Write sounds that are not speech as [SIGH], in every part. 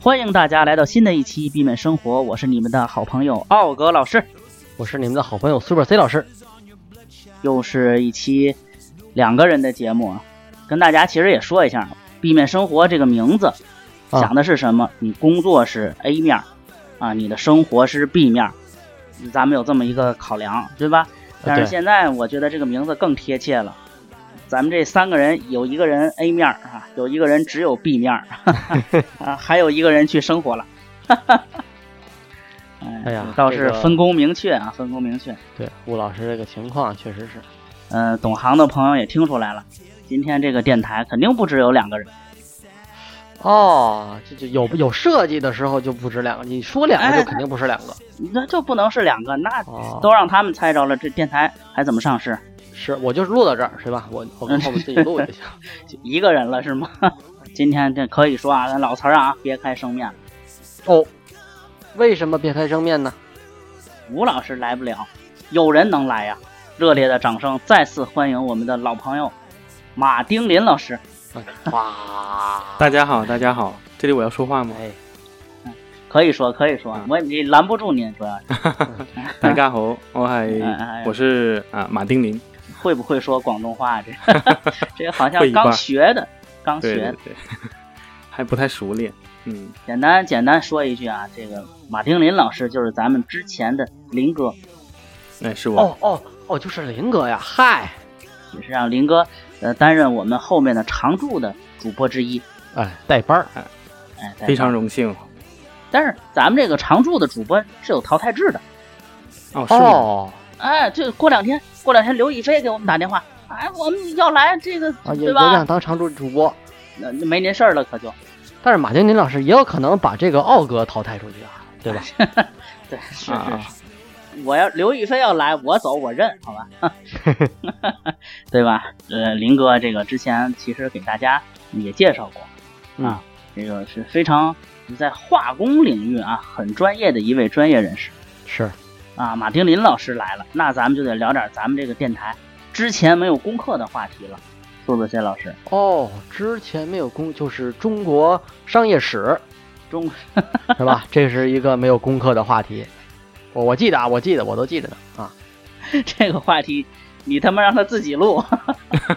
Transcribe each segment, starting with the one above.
欢迎大家来到新的一期《避免生活》，我是你们的好朋友奥格老师。我是你们的好朋友 Super C 老师。又是一期两个人的节目，啊，跟大家其实也说一下，避免生活这个名字啊想的是什么？你工作是 A 面儿，啊，你的生活是 B 面儿，咱们有这么一个考量，对吧？但是啊对现在我觉得这个名字更贴切了。咱们这三个人有一个人 A 面儿啊，有一个人只有 B 面儿 [LAUGHS] 啊，还有一个人去生活了。 [LAUGHS] 哎哎呀倒这是个分工明确啊，分工明确。对，顾老师这个情况确实是，嗯，懂行的朋友也听出来了，今天这个电台肯定不只有两个人。哦，这就有有设计的时候就不止两个，你说两个哎就肯定不是两个。那就不能是两个，那哦，都让他们猜着了，这电台还怎么上市？是我就是录到这儿，是吧？我我跟后面自己录就 [LAUGHS] 行。就一个人了是吗？ [LAUGHS] 今天这可以说啊，咱老词儿啊，别开生面了。哦，为什么别开生面呢？吴老师来不了，有人能来呀、热烈的掌声再次欢迎我们的老朋友马丁林老师。哇，大家好，大家好，这里我要说 [LAUGHS] 话吗？ [LAUGHS] 哎，可以说，可以说，我你拦不住您，主要是大家好，我哎哎还我是啊马丁林，会不会说广东话？这这好会像一半刚儿学的，刚对学的对。对， [LAUGHS] 还不太熟练，嗯，简单简单说一句啊，这个马丁林老师就是咱们之前的林哥，哎是我，哦哦哦，就是林哥呀！嗨，也是让林哥呃担任我们后面的常驻的主播之一。哎，带班儿，哎，非常荣幸但是咱们这个常驻的主播是有淘汰制的。哦是吗？哦，哎，就过两天，过两天刘亦菲给我们打电话，哎，我们要来这个，啊，也也对吧想？当常驻主播，那那没您事儿了，可就但是马丁林老师也有可能把这个奥哥淘汰出去啊，对吧？对，是啊是啊是，我要刘亦菲要来，我走我认，好吧， [LAUGHS] 对吧？呃，林哥这个之前其实给大家也介绍过，嗯啊，这个是非常在化工领域啊很专业的一位专业人士是，啊。马丁林老师来了，那咱们就得聊点咱们这个电台之前没有攻克的话题了。苏子谢老师，哦，之前没有攻，就是中国商业史，中 [LAUGHS] 是吧？这是一个没有攻克的话题。我我记得啊，我记得，我都记着呢啊。 [LAUGHS] 这个话题，你他妈让他自己录。 [LAUGHS]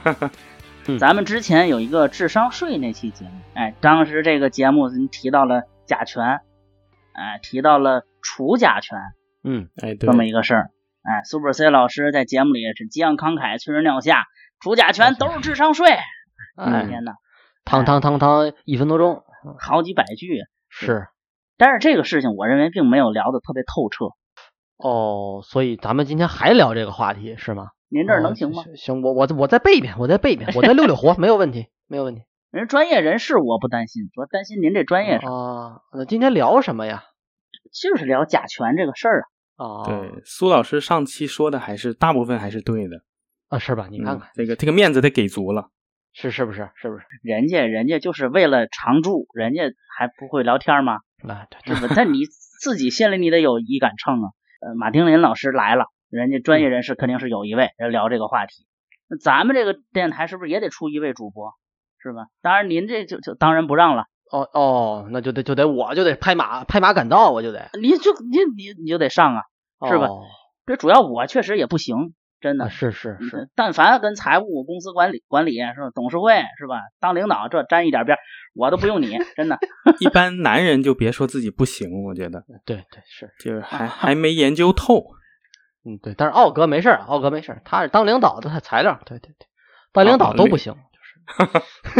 嗯咱们之前有一个智商税那期节目，哎，当时这个节目提到了甲醛，哎，提到了除甲醛嗯，哎对这，么一个事儿，哎，Super C 老师在节目里也是激昂慷慨，催人尿下，除甲醛嗯都是智商税。哎哎，天哪，汤汤汤汤，一分多钟好几百句。是但是这个事情，我认为并没有聊得特别透彻。哦，所以咱们今天还聊这个话题是吗？您这儿能行吗哦？行行，我我我再背一遍，我再背一遍，我再溜溜活， [LAUGHS] 没有问题，没有问题。人专业人士我不担心，主要担心您这专业上啊，那今天聊什么呀？就是聊甲醛这个事儿啊。啊，对，苏老师上期说的还是大部分还是对的，啊，是吧？你看嗯看，这个这个面子得给 [LAUGHS] 足了，是是不是？是不是？人家人家就是为了常驻，人家还不会聊天吗？来，对是不？但 [LAUGHS] 你自己心里你得有一杆秤啊。呃，马丁林老师来了，人家嗯专业人士肯定是有一位人聊这个话题。那咱们这个电台是不是也得出一位主播？是吧？当然，您这就就当仁不让了，哦哦，那就得就得我就得拍马拍马赶到，我就得你就你你你就得上啊。是吧哦这主要我确实也不行，真啊，的。嗯是是是，但凡跟财务、公司管理管理是吧，董事会是吧，当领导这沾一点边儿，我都不用你，真的。 [LAUGHS] 一般男人就别说自己不行，我觉嗯得对对是，就是啊还还没研究透，嗯对，但是奥哥没事儿，奥哥没事儿，他是当领导的，他材料，对对对，当领导都不行，哦就是。 [LAUGHS]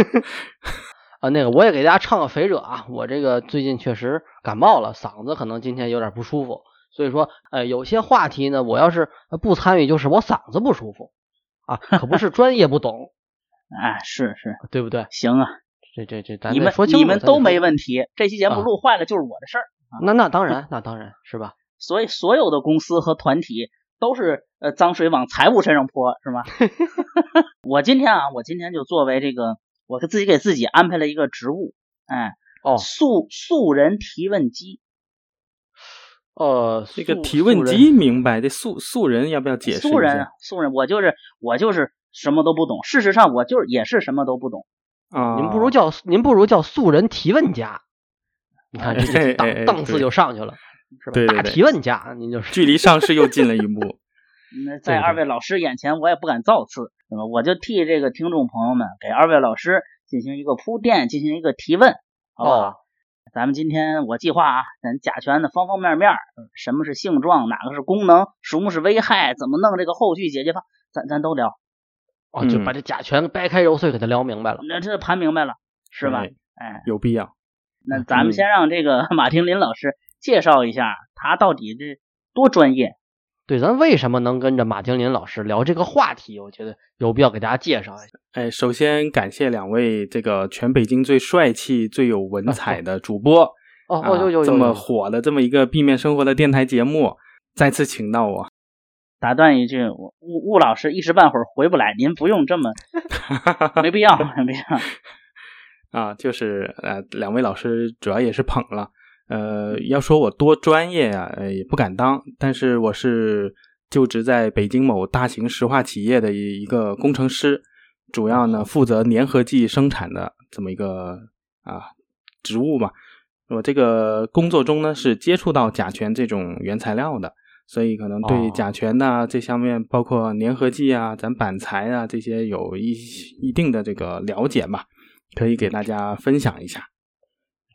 啊，那个我也给大家唱个肥者啊，我这个最近确实感冒了，嗓子可能今天有点不舒服，所以说呃有些话题呢，我要是不参与，就是我嗓子不舒服啊，可不是专业不懂，哎，是是，对不对？行啊，这这这，咱你得们说清楚你们都没题，问题，这期节目啊录坏了就是我的事儿，那那当然，那当然是吧？所以所有的公司和团体都是呃脏水往财务身上泼，是吗？ [LAUGHS] 我今天啊，我今天就作为这个，我给自己给自己安排了一个职务，哎，哦，素素人提问机，呃，这个素提问素人机明白，这素素人要不要解释一素人下啊素人，我就是我就是什么都不懂，事实上我就是也是什么都不懂，啊？您不如叫您不如叫素人提问家，你看这这哎哎哎档档次对就上去了，是吧？对对大对提问家，你就是距离上市又近了一步。那对在对二位老师眼前，我也不敢造次，那么我就替这个听众朋友们给二位老师进行一个铺垫，进行一个提问，好不好？哦咱们今天我计划啊，咱甲醛的方方面面，嗯什么是性状，哪个是功能，什么是危害，怎么弄这个后续解决方，咱咱都聊，哦，就嗯把这甲醛掰开揉碎，给他聊明白了。那这盘明白了 [LAUGHS] 是吧？对哎，有必要。那嗯咱们先让这个马廷林老师介绍一下他到底这多专业，对，咱为什么能跟着马经林老师聊这个话题？我觉得有必要给大家介绍一下。哎，首先感谢两位这个全北京最帅气、最有文采的主播，啊哦啊哦，有有有，这有么火的这么一个避面生活的电台节目，再次请到我，打断一句，我吴吴老师一时半会儿回不来，您不用这么，没必要，没必要。 [LAUGHS] 啊，就是呃，两位老师主要也是捧了。呃，要说我多专业呀、呃，也不敢当，但是我是就职在北京某大型石化企业的一一个工程师，主要呢负责粘合剂生产的这么一个啊职务嘛。我这个工作中呢是接触到甲醛这种原材料的，所以可能对哦甲醛呐、这方面，包括粘合剂啊、咱板材啊这些有一一定的这个了解嘛。可以给大家分享一下。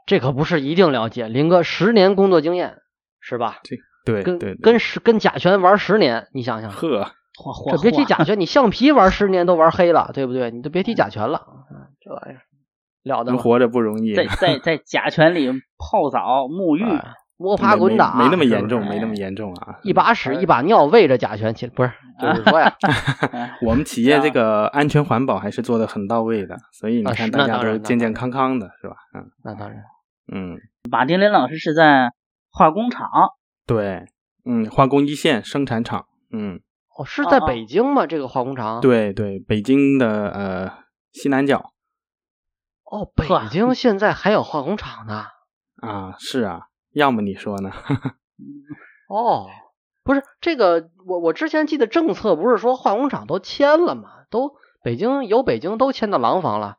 这可不是一定了解。林哥十年工作经验是吧？对，跟对对跟十跟甲醛玩十年，你想想，呵，嚯嚯这别 [LAUGHS] 提甲醛，你橡皮玩十年都玩黑了，对不对？你都别提甲醛了，嗯这玩意儿了得能吗？活着不容易，在在在甲醛里泡澡沐浴，哎摸爬没滚哎打没没那么严是不是重，没那么严重啊。一把屎一把尿喂着甲醛起来，不 [LAUGHS] 是，就是说呀，哎我们企业这个安全环保还是做的很到位的，所以你啊看是大那家当然都那健健康康的，是吧？嗯那当然，嗯，马丁林老师是在化工厂，对，嗯，化工一线生产厂，嗯，哦，是在哦哦北京吗？这个化工厂？，对对，北京的呃西南角哦，北京现在还有化工厂呢。啊，是啊，要么你说呢？哦，不是这个，我我之前记得政策不是说化工厂都迁了吗？都北京有北京都迁到廊坊了，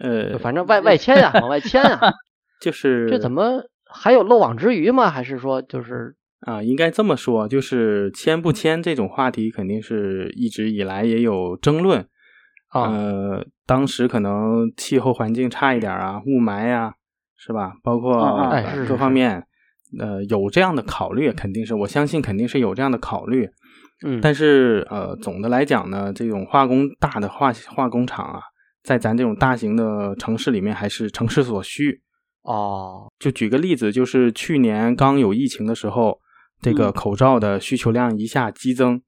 呃，反正外外迁 [LAUGHS] 呀、往外迁呀、就是这怎么还有漏网之鱼吗？还是说就是啊，应该这么说，就是签不签这种话题，肯定是一直以来也有争论。啊、呃，当时可能气候环境差一点啊，雾霾啊，是吧？包括、嗯嗯哎是是各是方面，呃，有这样的考虑，肯定是我相信肯定是有这样的考虑。嗯，但是呃，总的来讲呢，这种化工大的化化工厂啊，在咱这种大型的城市里面，还是城市所需。哦就举个例子，就是去年刚有疫情的时候，这个嗯口罩的需求量一下激增。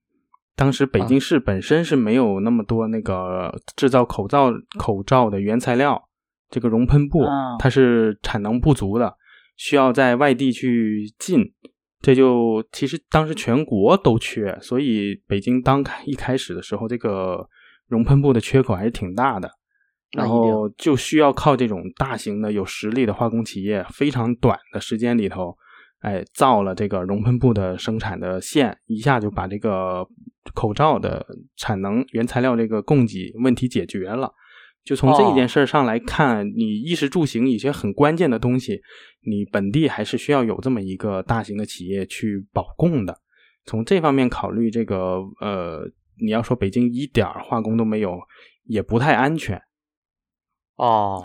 当时啊北京市本身是没有那么多那个制造口罩口罩的原材料，这个熔喷布啊它是产能不足的，需要在外地去进。这就其实当时全国都缺，所以北京当开一开始的时候，这个熔喷布的缺口还是挺大的。那然一定后就需要靠这种大型的有实力的化工企业，非常短的时间里头，哎，造了这个熔喷布的生产的线，一下就把这个口罩的产能、原材料这个供给问题解决了。就从这一件事儿上来看，你衣食住行一些很关键的东西，你本地还是需要有这么一个大型的企业去保供的。从这方面考虑，这个呃，你要说北京一点儿化工都没有，也不太安全。哦，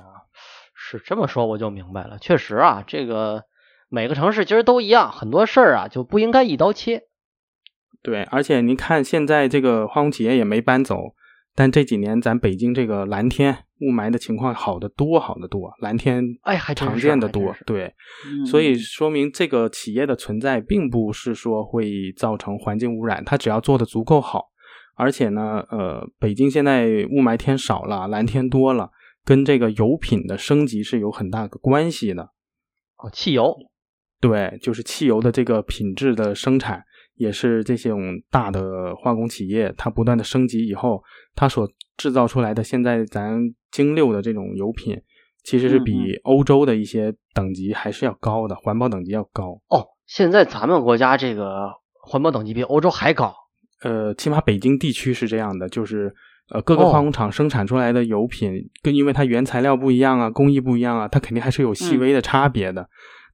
是这么说我就明白了。确实啊，这个每个城市其实都一样，很多事儿啊就不应该一刀切。对，而且您看，现在这个化工企业也没搬走，但这几年咱北京这个蓝天雾霾的情况好得多，好得多，蓝天哎还真常是见的还真多是，对，嗯所以说明这个企业的存在并不是说会造成环境污染，它只要做得足够好，而且呢，呃，北京现在雾霾天少了，蓝天多了，跟这个油品的升级是有很大的关系的。哦，汽油对，就是汽油的这个品质的生产，也是这些种大的化工企业，它不断的升级以后，它所制造出来的现在咱精六的这种油品，其实是比欧洲的一些等级还是要高的，环保等级要高。哦，现在咱们国家这个环保等级比欧洲还高。呃，起码北京地区是这样的，就是呃，各个哦化工厂生产出来的油品，跟因为它原材料不一样啊，工艺不一样啊，它肯定还是有细嗯微的差别的。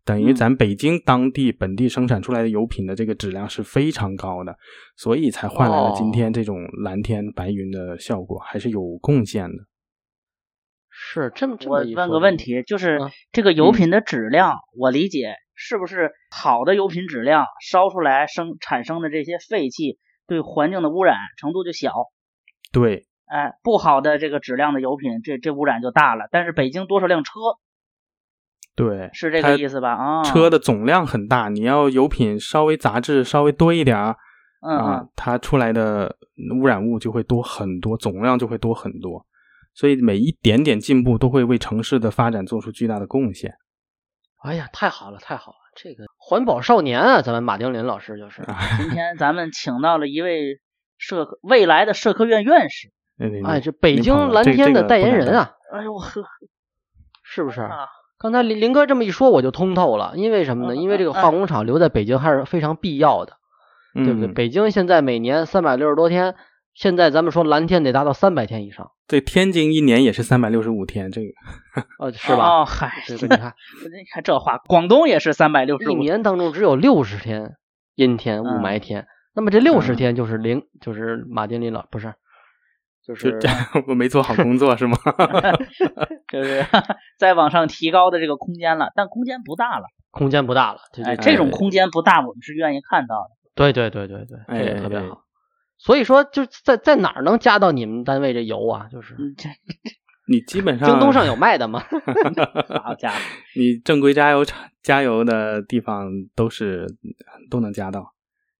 等于嗯咱北京当地本地生产出来的油品的这个质量是非常高的，所以才换来了今哦天这种蓝天白云的效果，还是有贡献的。是这么这我么一问说个问，题，就是嗯这个油品的质量，我理解是不是好的油品质量烧出来生产生的这些废气对环境的污染程度就小，对，哎，不好的这个质量的油品，这这污染就大了。但是北京多少辆车对，是这它个意思吧？啊，车的总量很大，你要油品稍微杂质稍微多一点儿嗯，啊、嗯它出来的污染物就会多很多，总量就会多很多。所以每一点点进步都会为城市的发展做出巨大的贡献。哎呀，太好了，太好了，这个环保少年啊，咱们马丁林老师就是，啊今天咱们请到了一位社科未来的社科院院士。哎，你哎，这北你跑京了蓝这天这的个代不言敢人当啊，哎呦呵，是不是？啊刚才林林哥这么一说，我就通透了，因为什么呢？嗯因为这个嗯化工厂留在北京还是非常必要的，对不对？嗯北京现在每年三百六十多天，现在咱们说蓝天得达到三百天以上，这天津一年也是三百六十五天，这个 [LAUGHS] 呃，是吧？哦，嗨， [LAUGHS] 这个你看，你看这话，广东也是三百六十一五。年当中只有六十天阴天、嗯雾霾天，那么这六十天就是零，就是马丁林老不是，就就是这我没做好工作是吗？ [LAUGHS] 就是 [LAUGHS] 在往上提高的这个空间了，但空间不大了。空间不大了，对哎，对这种哎空间不大，我们是愿意看到的。对对对对对，这哎个特别哎好。所以说，就是在在哪儿能加到你们单位这油啊？就是嗯，这 [LAUGHS] 你基本上京东上有卖的吗？ [LAUGHS] 好家伙， [LAUGHS] 你正规加油厂加油的地方都是都能加到。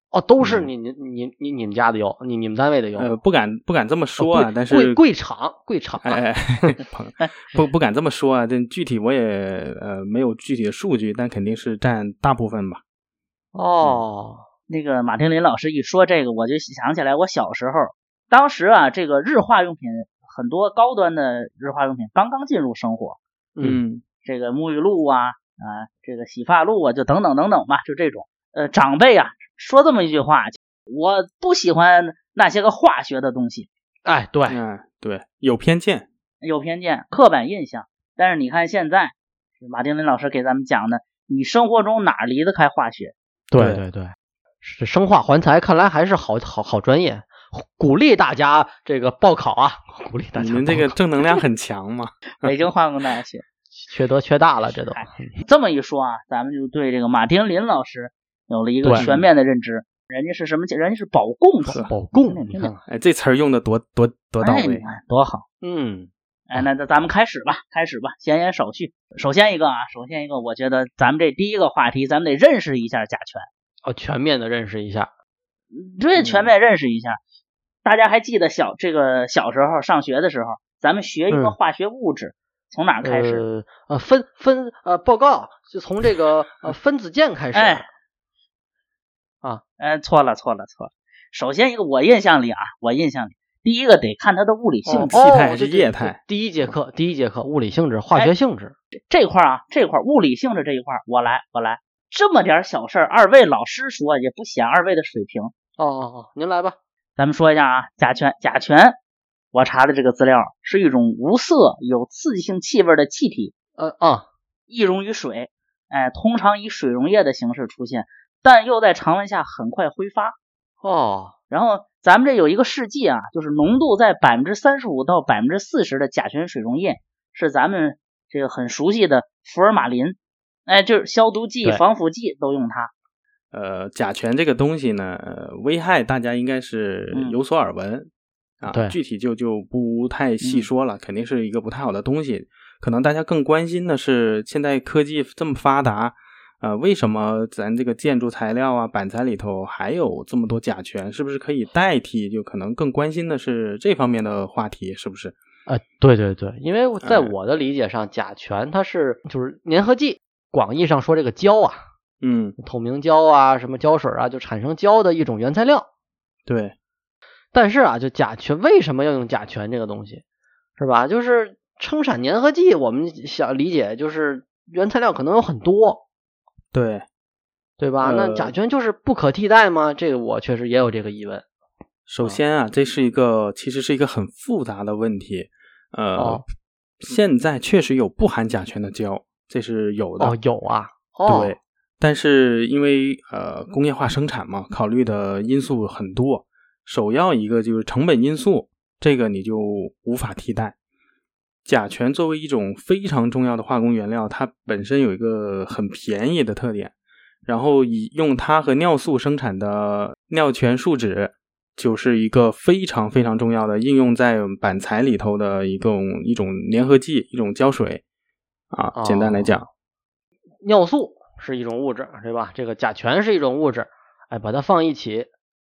哦，都是嗯你你你你你们家的油，你你们单位的油。呃，不敢不敢这么说哦啊，贵但贵是贵厂贵厂啊 [LAUGHS] 哎哎，哎朋不不敢这么说啊，这具体我也呃没有具体的数据，但肯定是占大部分吧。嗯哦，那个马天林老师一说这个，我就想起来我小时候，当时啊，这个日化用品很多高端的日化用品刚刚进入生活，嗯，这个沐浴露啊啊，这个洗发露啊，就等等等等吧，就这种。呃，长辈啊说这么一句话，我不喜欢那些个化学的东西，哎对，嗯，哎对，有偏见，有偏见、刻板印象。但是你看现在，马丁林老师给咱们讲的，你生活中哪儿离得开化学？对对对对，是生化环材，看来还是好好好专业，鼓励大家这个报考啊，鼓励大你家报考。们这个正能量很强嘛。 [LAUGHS] 北京化工大学。 [LAUGHS] 缺德缺大了，这都哎这么一说啊，咱们就对这个马丁林老师有了一个对全面的认知。人家是什么？人家是保供体，保供真的，你真的看看，哎，这词儿用的多多多到哎，你位。看多好！嗯，哎，那咱咱们开始吧，开始吧，闲言少叙。首先一个啊，首先一个，我觉得咱们这第一个话题，咱们得认识一下甲醛。哦，全面的认识一下，这嗯全面认识一下。大家还记得小这个小时候上学的时候，咱们学一个嗯化学物质，从哪儿啊开始？呃呃分分呃报告就从这个呃分子键开始，啊哎哎，错了，错了，错了。首先一个，我印象里啊，我印象里第一个得看它的物理性哦质、气态还哦是对对液对态第一节课第一节课物理性质、化学性质，这块儿啊，这块儿物理性质这一块儿，我来，我来。这么点儿小事儿，二位老师说也不显二位的水平。哦哦哦，您来吧，咱们说一下啊，甲醛，甲醛，我查的这个资料是一种无色、有刺激性气味的气体，呃啊易溶于水，哎，通常以水溶液的形式出现，但又在常温下很快挥发。哦然后咱们这有一个试剂啊，就是浓度在百分之三十五到百分之四十的甲醛水溶液，是咱们这个很熟悉的福尔马林，哎，就是消毒剂、对防腐剂都用它。呃，甲醛这个东西呢，呃危害大家应该是嗯有所耳闻、啊。对具体就就不太细说了，肯定是一个不太好的东西。可能大家更关心的是，现在科技这么发达，呃，为什么咱这个建筑材料啊、板材里头还有这么多甲醛？是不是可以代替？就可能更关心的是这方面的话题，是不是？啊，对对对，因为我在哎我的理解上，甲醛它是就是粘合剂，广义上说这个胶啊，嗯，透明胶啊，什么胶水啊，就产生胶的一种原材料。对，但是啊，就甲醛为什么要用甲醛这个东西，是吧？就是生产粘合剂，我们想理解就是原材料可能有很多，对，对吧？那呃嗯甲醛就是不可替代吗？这个我确实也有这个疑问。首先啊，这是一个其实是一个很复杂的问题。呃，哦现在确实有不含甲醛的胶，这是有的。哦，有啊，哦，对，但是因为呃工业化生产嘛，考虑的因素很多，首要一个就是成本因素，这个你就无法替代。甲醛作为一种非常重要的化工原料，它本身有一个很便宜的特点，然后以用它和尿素生产的尿醛树脂，就是一个非常非常重要的应用在板材里头的一种一种粘合剂，一种胶水啊。简单来讲，尿素是一种物质，对吧？这个甲醛是一种物质，哎，把它放一起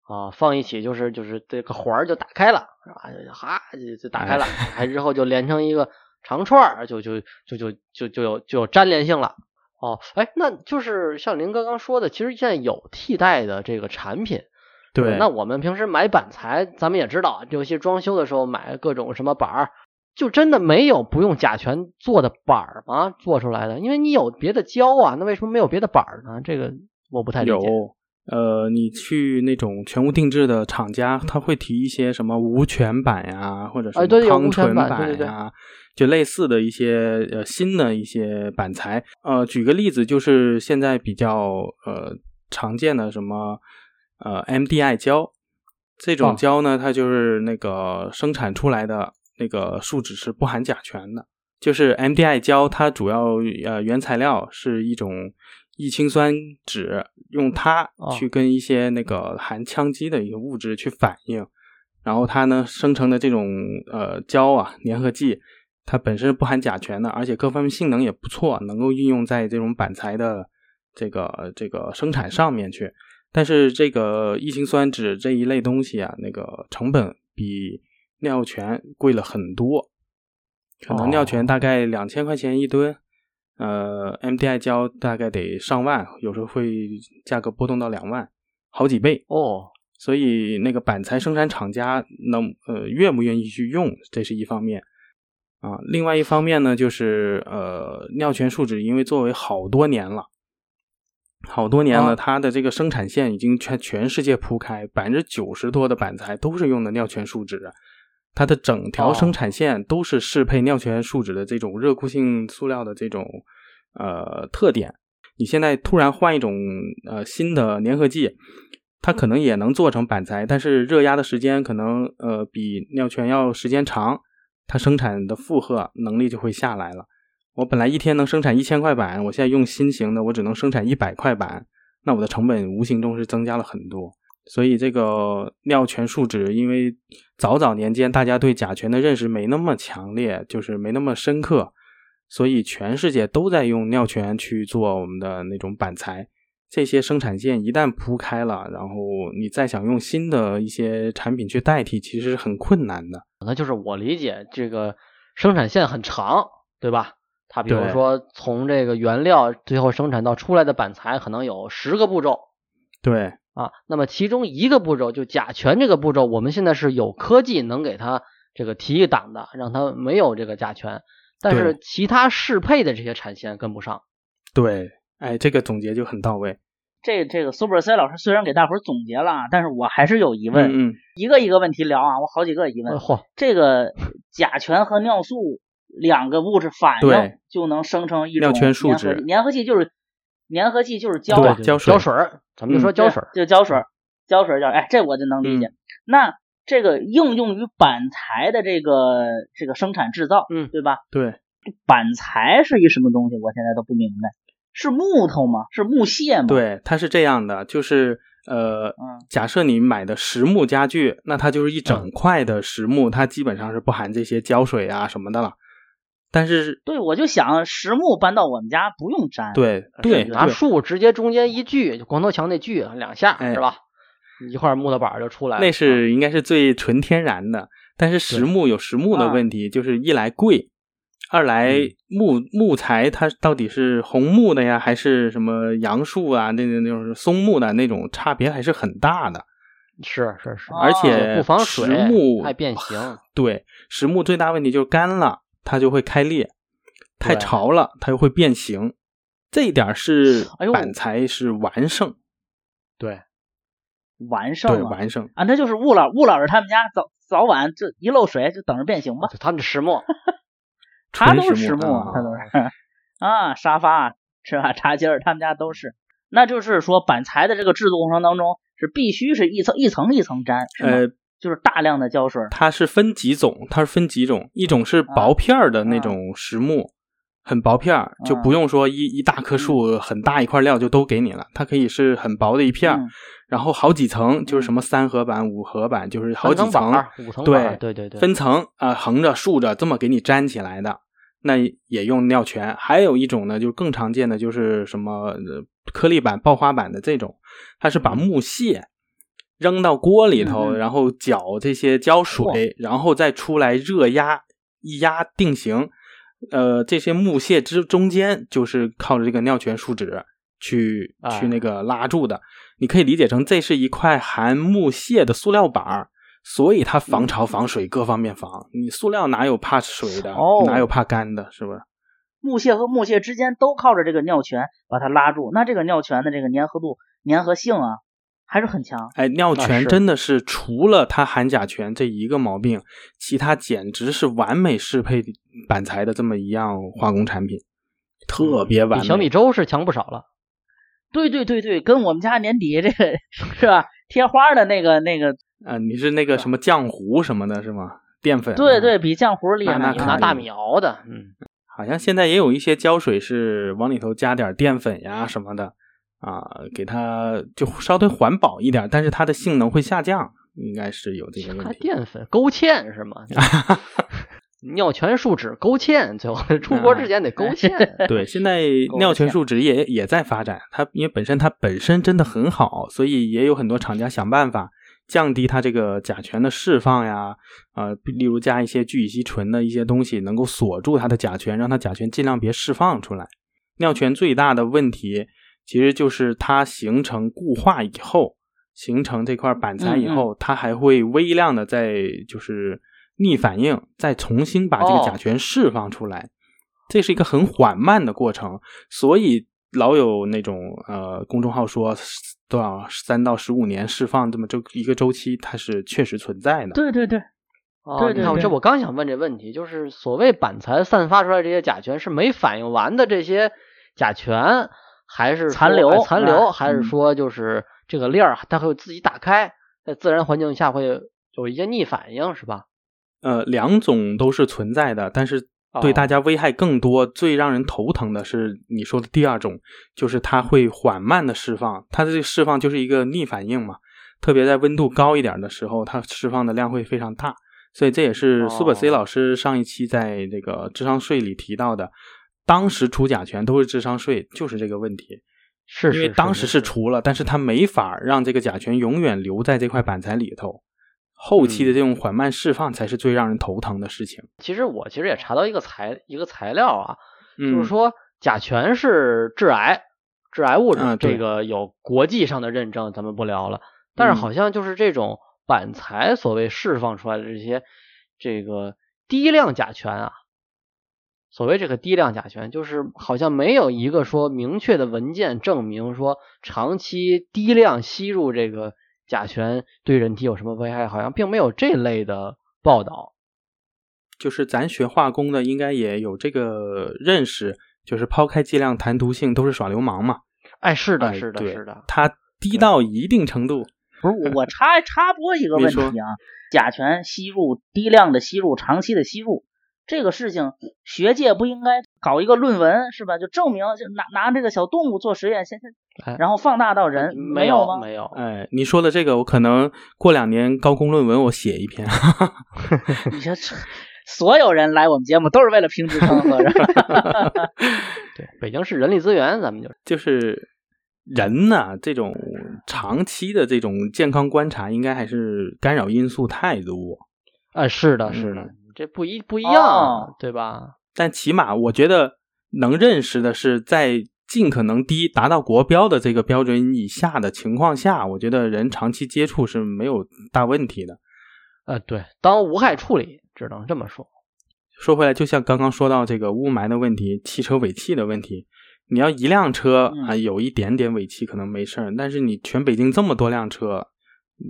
啊，放一起就是就是这个环儿就打开了，是吧？哈就就打开了，还之后就连成一个长串儿，就就就就就就有就有粘连性了。哦，哎，那就是像您刚刚说的，其实现在有替代的这个产品。对，那我们平时买板材，咱们也知道，啊尤其装修的时候买各种什么板儿，就真的没有不用甲醛做的板儿吗？做出来的，因为你有别的胶啊，那为什么没有别的板儿呢？这个我不太理解。有，呃，你去那种全屋定制的厂家，他会提一些什么无醛版呀、或者什么啊对有康无醛醇版版呀、对对对就类似的一些呃新的一些板材。呃，举个例子，就是现在比较呃常见的什么呃 MDI 胶，这哦种胶呢，它就是那个生产出来的那个树脂是不含甲醛的。就是 MDI 胶，它主要呃原材料是一种异氢酸酯，用它哦去跟一些那个含羟基的一个物质去反应，然后它呢生成的这种呃胶啊粘合剂，它本身不含甲醛的，而且各方面性能也不错，能够运用在这种板材的这个呃这个生产上面去。但是这个异氢酸酯这一类东西啊，那个成本比尿醛贵了很多，可能尿醛大概两千块钱一吨，呃，MDI 胶大概得上万，有时候会价格波动到两万，好几倍。哦，所以那个板材生产厂家能呃愿不愿意去用，这是一方面啊。另外一方面呢，就是呃尿醛树脂，因为作为好多年了，好多年了，啊它的这个生产线已经全全世界铺开，百分之九十多的板材都是用的尿醛树脂，啊它的整条哦生产线都是适配尿醛树脂的这种热固性塑料的这种呃特点。你现在突然换一种呃新的粘合剂，它可能也能做成板材，但是热压的时间可能呃比尿醛要时间长，它生产的负荷能力就会下来了。我本来一天能生产一千块板，我现在用新型的，我只能生产一百块板，那我的成本无形中是增加了很多。所以这个尿醛树脂，因为早早年间大家对甲醛的认识没那么强烈，就是没那么深刻，所以全世界都在用尿醛去做我们的那种板材。这些生产线一旦铺开了，然后你再想用新的一些产品去代替，其实是很困难的。那就是我理解这个生产线很长，对吧？它比如对说从这个原料最后生产到出来的板材，可能有十个步骤对，啊。那么其中一个步骤就甲醛这个步骤，我们现在是有科技能给它这个提一档的，让它没有这个甲醛。但是对其他适配的这些产线跟不上。对，哎，这个总结就很到位。这这个苏布尔塞老师虽然给大伙儿总结了啊，但是我还是有疑问，嗯嗯，一个一个问题聊啊，我好几个疑问。呃嚯、这个甲醛和尿素两个物质反应对就能生成一种尿醛树脂粘合剂粘合剂就是粘合剂就是胶对啊，对胶水水胶水儿，咱们就嗯说胶水儿。对就胶水儿，胶水儿叫哎，这我就能理解。那这个应用于板材的这个这个生产制造，嗯对吧？对，板材是一什么东西？我现在都不明白，是木头吗？是木屑吗？，对，它是这样的，就是呃，嗯，假设你买的实木家具，那它就是一嗯整块的实木，它基本上是不含这些胶水啊什么的了。但是，对，我就想实木搬到我们家不用粘，，对是对的拿对，树直接中间一锯，就光头强那锯啊两下、哎是吧？一块木头板儿就出来了。那是应该是最纯天然的。但是实木有实木的啊问题，就是一来贵，二来嗯木木材它到底是红木的呀，还是什么杨树啊，那那那种松木的那种差别还是很大的。是是是，哦而且且不防水实木爱变形。对，实木最大问题就是干了它就会开裂，太对潮了它又会变形，这一点是哎呦板材是完胜。对，完胜对了完胜，啊，那就是吴老吴老师他们家早早晚这一漏水就等着变形吧，他们是石墨，他都纯是实实木啊，啊他都是啊，沙发是吧？茶几儿他们家都是，那就是说板材的这个制作过程当中是必须是一层一层一层粘，是吗呃，就是大量的胶水儿它是分几种，它是分几种，一种是啊薄片儿的那种实木，很薄片儿，啊就不用说一一大棵嗯树很大一块料就都给你了，它可以是很薄的一片儿嗯，然后好几层，就是什么三合板、五合板，就是好几嗯三层板层儿，五层板对儿，对对对，分层啊，横着、竖着这么给你粘起来的。那也用尿醛，还有一种呢，就更常见的就是什么呃颗粒板、刨花板的这种，它是嗯把木屑扔到锅里头，嗯嗯然后搅这些胶水，然后再出来热压，一压定型。呃，这些木屑之中间就是靠着这个尿醛树脂去哎去那个拉住的。你可以理解成这是一块含木屑的塑料板儿，所以它嗯防潮、防水各方面防。你塑料哪有怕水的，哦哪有怕干的，是不是？木屑和木屑之间都靠着这个尿醛把它拉住，那这个尿醛的这个粘合度、粘合性啊，还是很强。哎，尿那醛是真的是除了它含甲醛这一个毛病，其他简直是完美适配板材的这么一样化工产品，特别比完嗯美。小米粥是强不少了。对对对对，跟我们家年底这个 [LAUGHS] 是吧？贴花的那个那个，啊、你是那个什么浆糊什么的，是吗？淀粉、啊对对，，比浆糊厉害。那你肯拿定大米熬的，嗯，好像现在也有一些胶水是往里头加点淀粉呀什么的啊，给它就稍微环保一点，但是它的性能会下降，应该是有这个问还题。淀粉勾芡是 [LAUGHS] 吗？尿醛树脂勾芡，最后 [LAUGHS] 出锅之前得勾 [LAUGHS] [LAUGHS] 芡。对，现在勾尿醛芡树脂也也在发展，它因为本身它本身真的很好，所以也有很多厂家想办法降低它这个甲醛的释放呀，呃，例如加一些聚乙烯醇的一些东西，能够锁住它的甲醛，让它甲醛尽量别释放出来。尿醛最大的问题其实就是它形成固化以后，形成这块板材以后，它还会微量的在就是逆反应，再重新把这个哦甲醛释放出来。这是一个很缓慢的过程，所以老有那种呃公众号说多少三到十五年释放这么周一个周期，它是确实存在的。对对对，哦，对你对看，对这我刚想问这问题，就是所谓板材散发出来这些甲醛是没反应完的这些甲醛，还是说残留哎残留，嗯还是说就是这个链儿它会自己打开，在自然环境下会有一些逆反应，是吧？呃，两种都是存在的，但是对哦大家危害更多、最让人头疼的是你说的第二种，就是它会缓慢的释放，它的这个释放就是一个逆反应嘛。特别在温度高一点的时候，它释放的量会非常大，所以这也是苏本 C 哦老师上一期在这个智商税里提到的，当时除甲醛都是智商税，就是这个问题。是是因是，为当时是是除了，但是他没法让这个甲醛永远留在这块板材里头，后期嗯的这种缓慢释放才是最让人头疼的事情。其实我其实也查到一个材一个材料啊，嗯，就是说甲醛是致癌致癌物质，啊对嗯这个有国际上的认证，咱们不聊了。但是好像就是这种板材所谓释放出来的这些这个低量甲醛啊，所谓这个低量甲醛，就是好像没有一个说明确的文件证明说长期低量吸入这个甲醛对人体有什么危害，好像并没有这类的报道。就是咱学化工的，应该也有这个认识，就是抛开剂量谈毒性，都是耍流氓嘛。哎，是的，哎是的，对是的，它低到一定程度，不是我我插插播一个你问说题啊，甲醛吸入低量的吸入，长期的吸入这个事情，学界不应该搞一个论文是吧？就证明就拿拿这个小动物做实验，先哎先然后放大到人，没有有，吗？没有，哎，你说的这个，我可能过两年高工论文我写一篇， [LAUGHS] 你说这所有人来我们节目都是为了评职称，合着对，北京市人力资源，咱们就是就是人呐、这种长期的这种健康观察，应该还是干扰因素太多。啊，是的，是的，嗯这不一不一样啊，哦对吧？但起码我觉得能认识的是，在尽可能低、达到国标的这个标准以下的情况下，我觉得人长期接触是没有大问题的。呃，对，当无害处理，只能这么说。说回来，就像刚刚说到这个雾霾的问题、汽车尾气的问题，你要一辆车嗯啊、有一点点尾气可能没事儿，但是你全北京这么多辆车，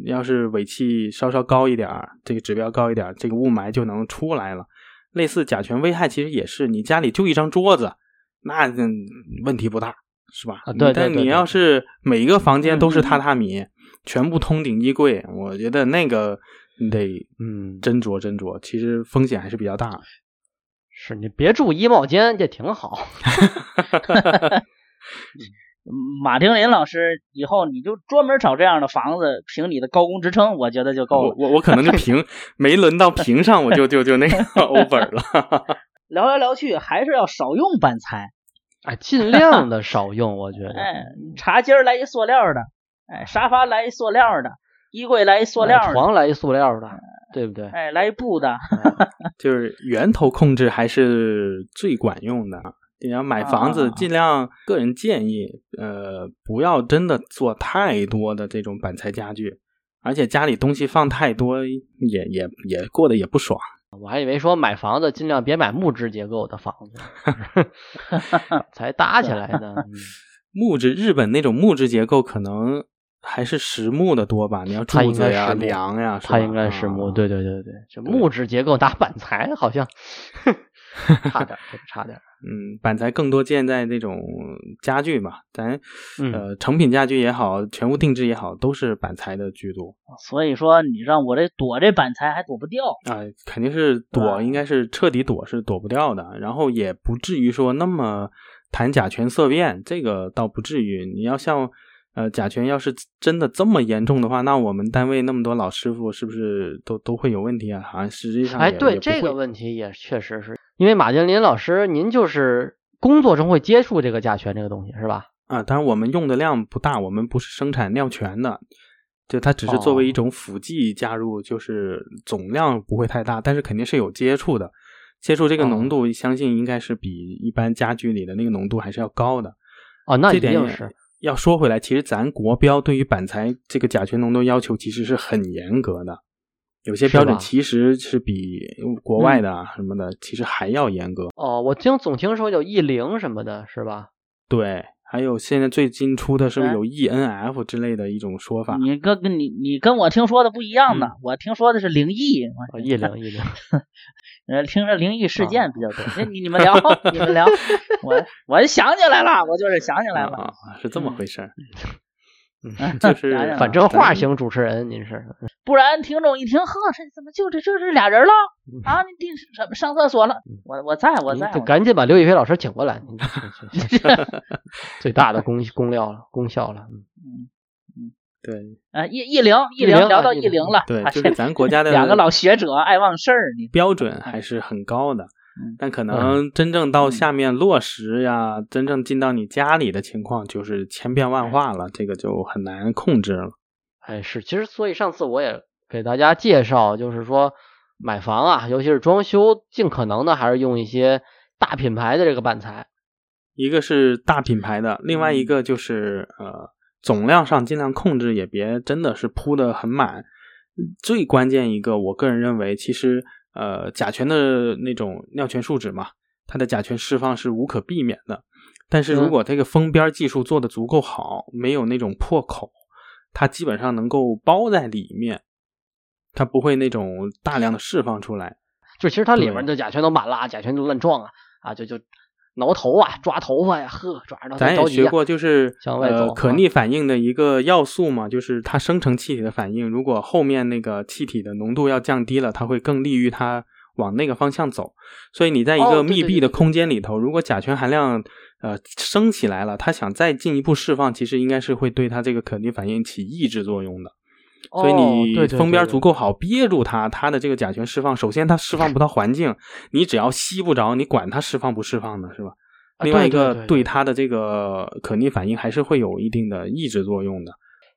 要是尾气稍稍高一点儿，这个指标高一点儿，这个雾霾就能出来了。类似甲醛危害其实也是，你家里就一张桌子，那嗯问题不大，是吧？啊对对但对你对要是每一个房间都是嗯嗯榻榻米，全部通顶衣柜，我觉得那个你得嗯，斟酌斟酌，其实风险还是比较大的。是你别住衣帽间，这挺好。 [LAUGHS] 马丁林老师，以后你就专门找这样的房子，凭你的高工职称，我觉得就够我了。我我 [LAUGHS] 可能就平没轮到平上，我就就就那个 over [LAUGHS] 了。聊来聊去，还是要少用板材。哎，尽量的少用，我觉 [LAUGHS] 得。哎，茶几儿来一塑料的，哎，沙发来一塑料的，衣柜来一塑料的，床来一塑料的，对不对？哎，来一布的，就是源头控制还是最管用的。你要买房啊子，尽量个人建议，呃，不要真的做太多的这种板材家具，而且家里东西放太多，也也也过得也不爽。我还以为说买房子尽量别买木质结构的房 [LAUGHS] 子，才搭起来 [LAUGHS] 呢。嗯木质日本那种木质结构可能还是实木的多吧？你要它柱应子该呀、实木梁呀，是它吧应该是木，啊对对对对，这木质结构搭板材好像 [LAUGHS] 差点儿，这个差点儿。嗯，板材更多建在这种家具嘛，咱、嗯呃成品家具也好，全屋定制也好，都是板材的居多所以说你让我这躲这板材还躲不掉。啊、肯定是躲，啊对应该是彻底躲是躲不掉的，然后也不至于说那么谈甲醛色变，这个倒不至于。你要像呃甲醛要是真的这么严重的话，那我们单位那么多老师傅是不是都都会有问题啊？好像实际上也哎，对也不这个会问题也确实是因为马建林老师，您就是工作中会接触这个甲醛这个东西是吧？啊，当然我们用的量不大，我们不是生产尿醛的，就它只是作为一哦种辅剂加入，就是总量不会太大，但是肯定是有接触的。接触这个浓哦度，相信应该是比一般家居里的那个浓度还是要高的。哦，那这一点定也是要说回来，其实咱国标对于板材这个甲醛浓度要求其实是很严格的，有些是标准吧嗯其实是比国外的啊什么的、其实还要严格。哦，我听总听说有 E 零什么的，是吧？对，还有现在最近出的是不是哎有 ENF 之类的一种说法？你跟跟你你跟我听说的不一样呢，我听说的是灵异，哦，E 零 E 零， [LAUGHS] 呃，听着灵异事件比较多。那你你们聊，你们聊，我我想起来了，我就是想起来了。啊，是这么回 [LAUGHS] 事儿，嗯就是想起来了反正话型主持人您是不然听众一听，呵，这怎么就这这是俩人了啊？你第什么上厕所了？我我在我您在，嗯我就在赶紧把刘亦菲老师请过来，您这这这这最大的功功料了，功效了。嗯 [LAUGHS] 对呃一一零一一零零啊聊到一一零零了，对啊，就这是咱国家的两个老学者爱忘事儿，你标准还是很高的嗯，但可能真正到下面落实呀，真正进到你家里的情况就是千变万化了，这个就很难控制了。哎，是，其实所以上次我也给大家介绍，就是说买房啊，尤其是装修，尽可能的还是用一些大品牌的这个板材。一个是大品牌的，另外一个就是呃总量上尽量控制，也别真的是铺的很满。嗯最关键一个，我个人认为，其实呃甲醛的那种尿醛树脂嘛，它的甲醛释放是无可避免的。但是如嗯果这个封边技术做得足够好，没有那种破口，它基本上能够包在里面，它不会那种大量的释放出来。就其实它里面对的甲醛都满了啊，甲醛就乱撞啊，啊就就挠头啊，抓头发呀、呵，抓着咱也啊着急学呀过，就是向外走呃啊可逆反应的一个要素嘛，就是它生成气体的反应。如果后面那个气体的浓度要降低了，它会更利于它往那个方向走。所以你在一哦对个密对闭对的对对空间里头，如果甲醛含量呃升起来了，它想再进一步释放，其实应该是会对它这个可逆反应起抑制作用的。所以哦对你对封对边对足够好，憋住它，它的这个甲醛释放，首先它释放不到环境，你只要吸不着，你管它释放不释放呢，是吧？啊另对外一个对对对它的这个可逆反应还是会有一定的抑制作用的。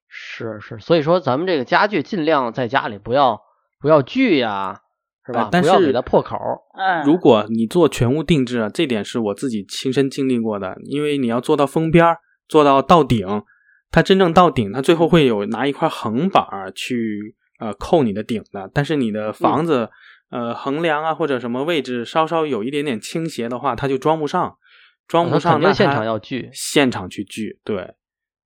是是，所以说咱们这个家具尽量在家里不要不要锯呀、是呃吧？但不要是给它破口儿。嗯，如果你做全屋定制啊，这点是我自己亲身经历过的，因为你要做到封边儿，做到到顶，它真正到顶，它最后会有拿一块横板儿去呃扣你的顶的。但是你的嗯房子、呃横梁啊或者什么位置稍稍有一点点倾斜的话，它就装不上，啊装不它上肯那定现它场要锯现场去锯，对。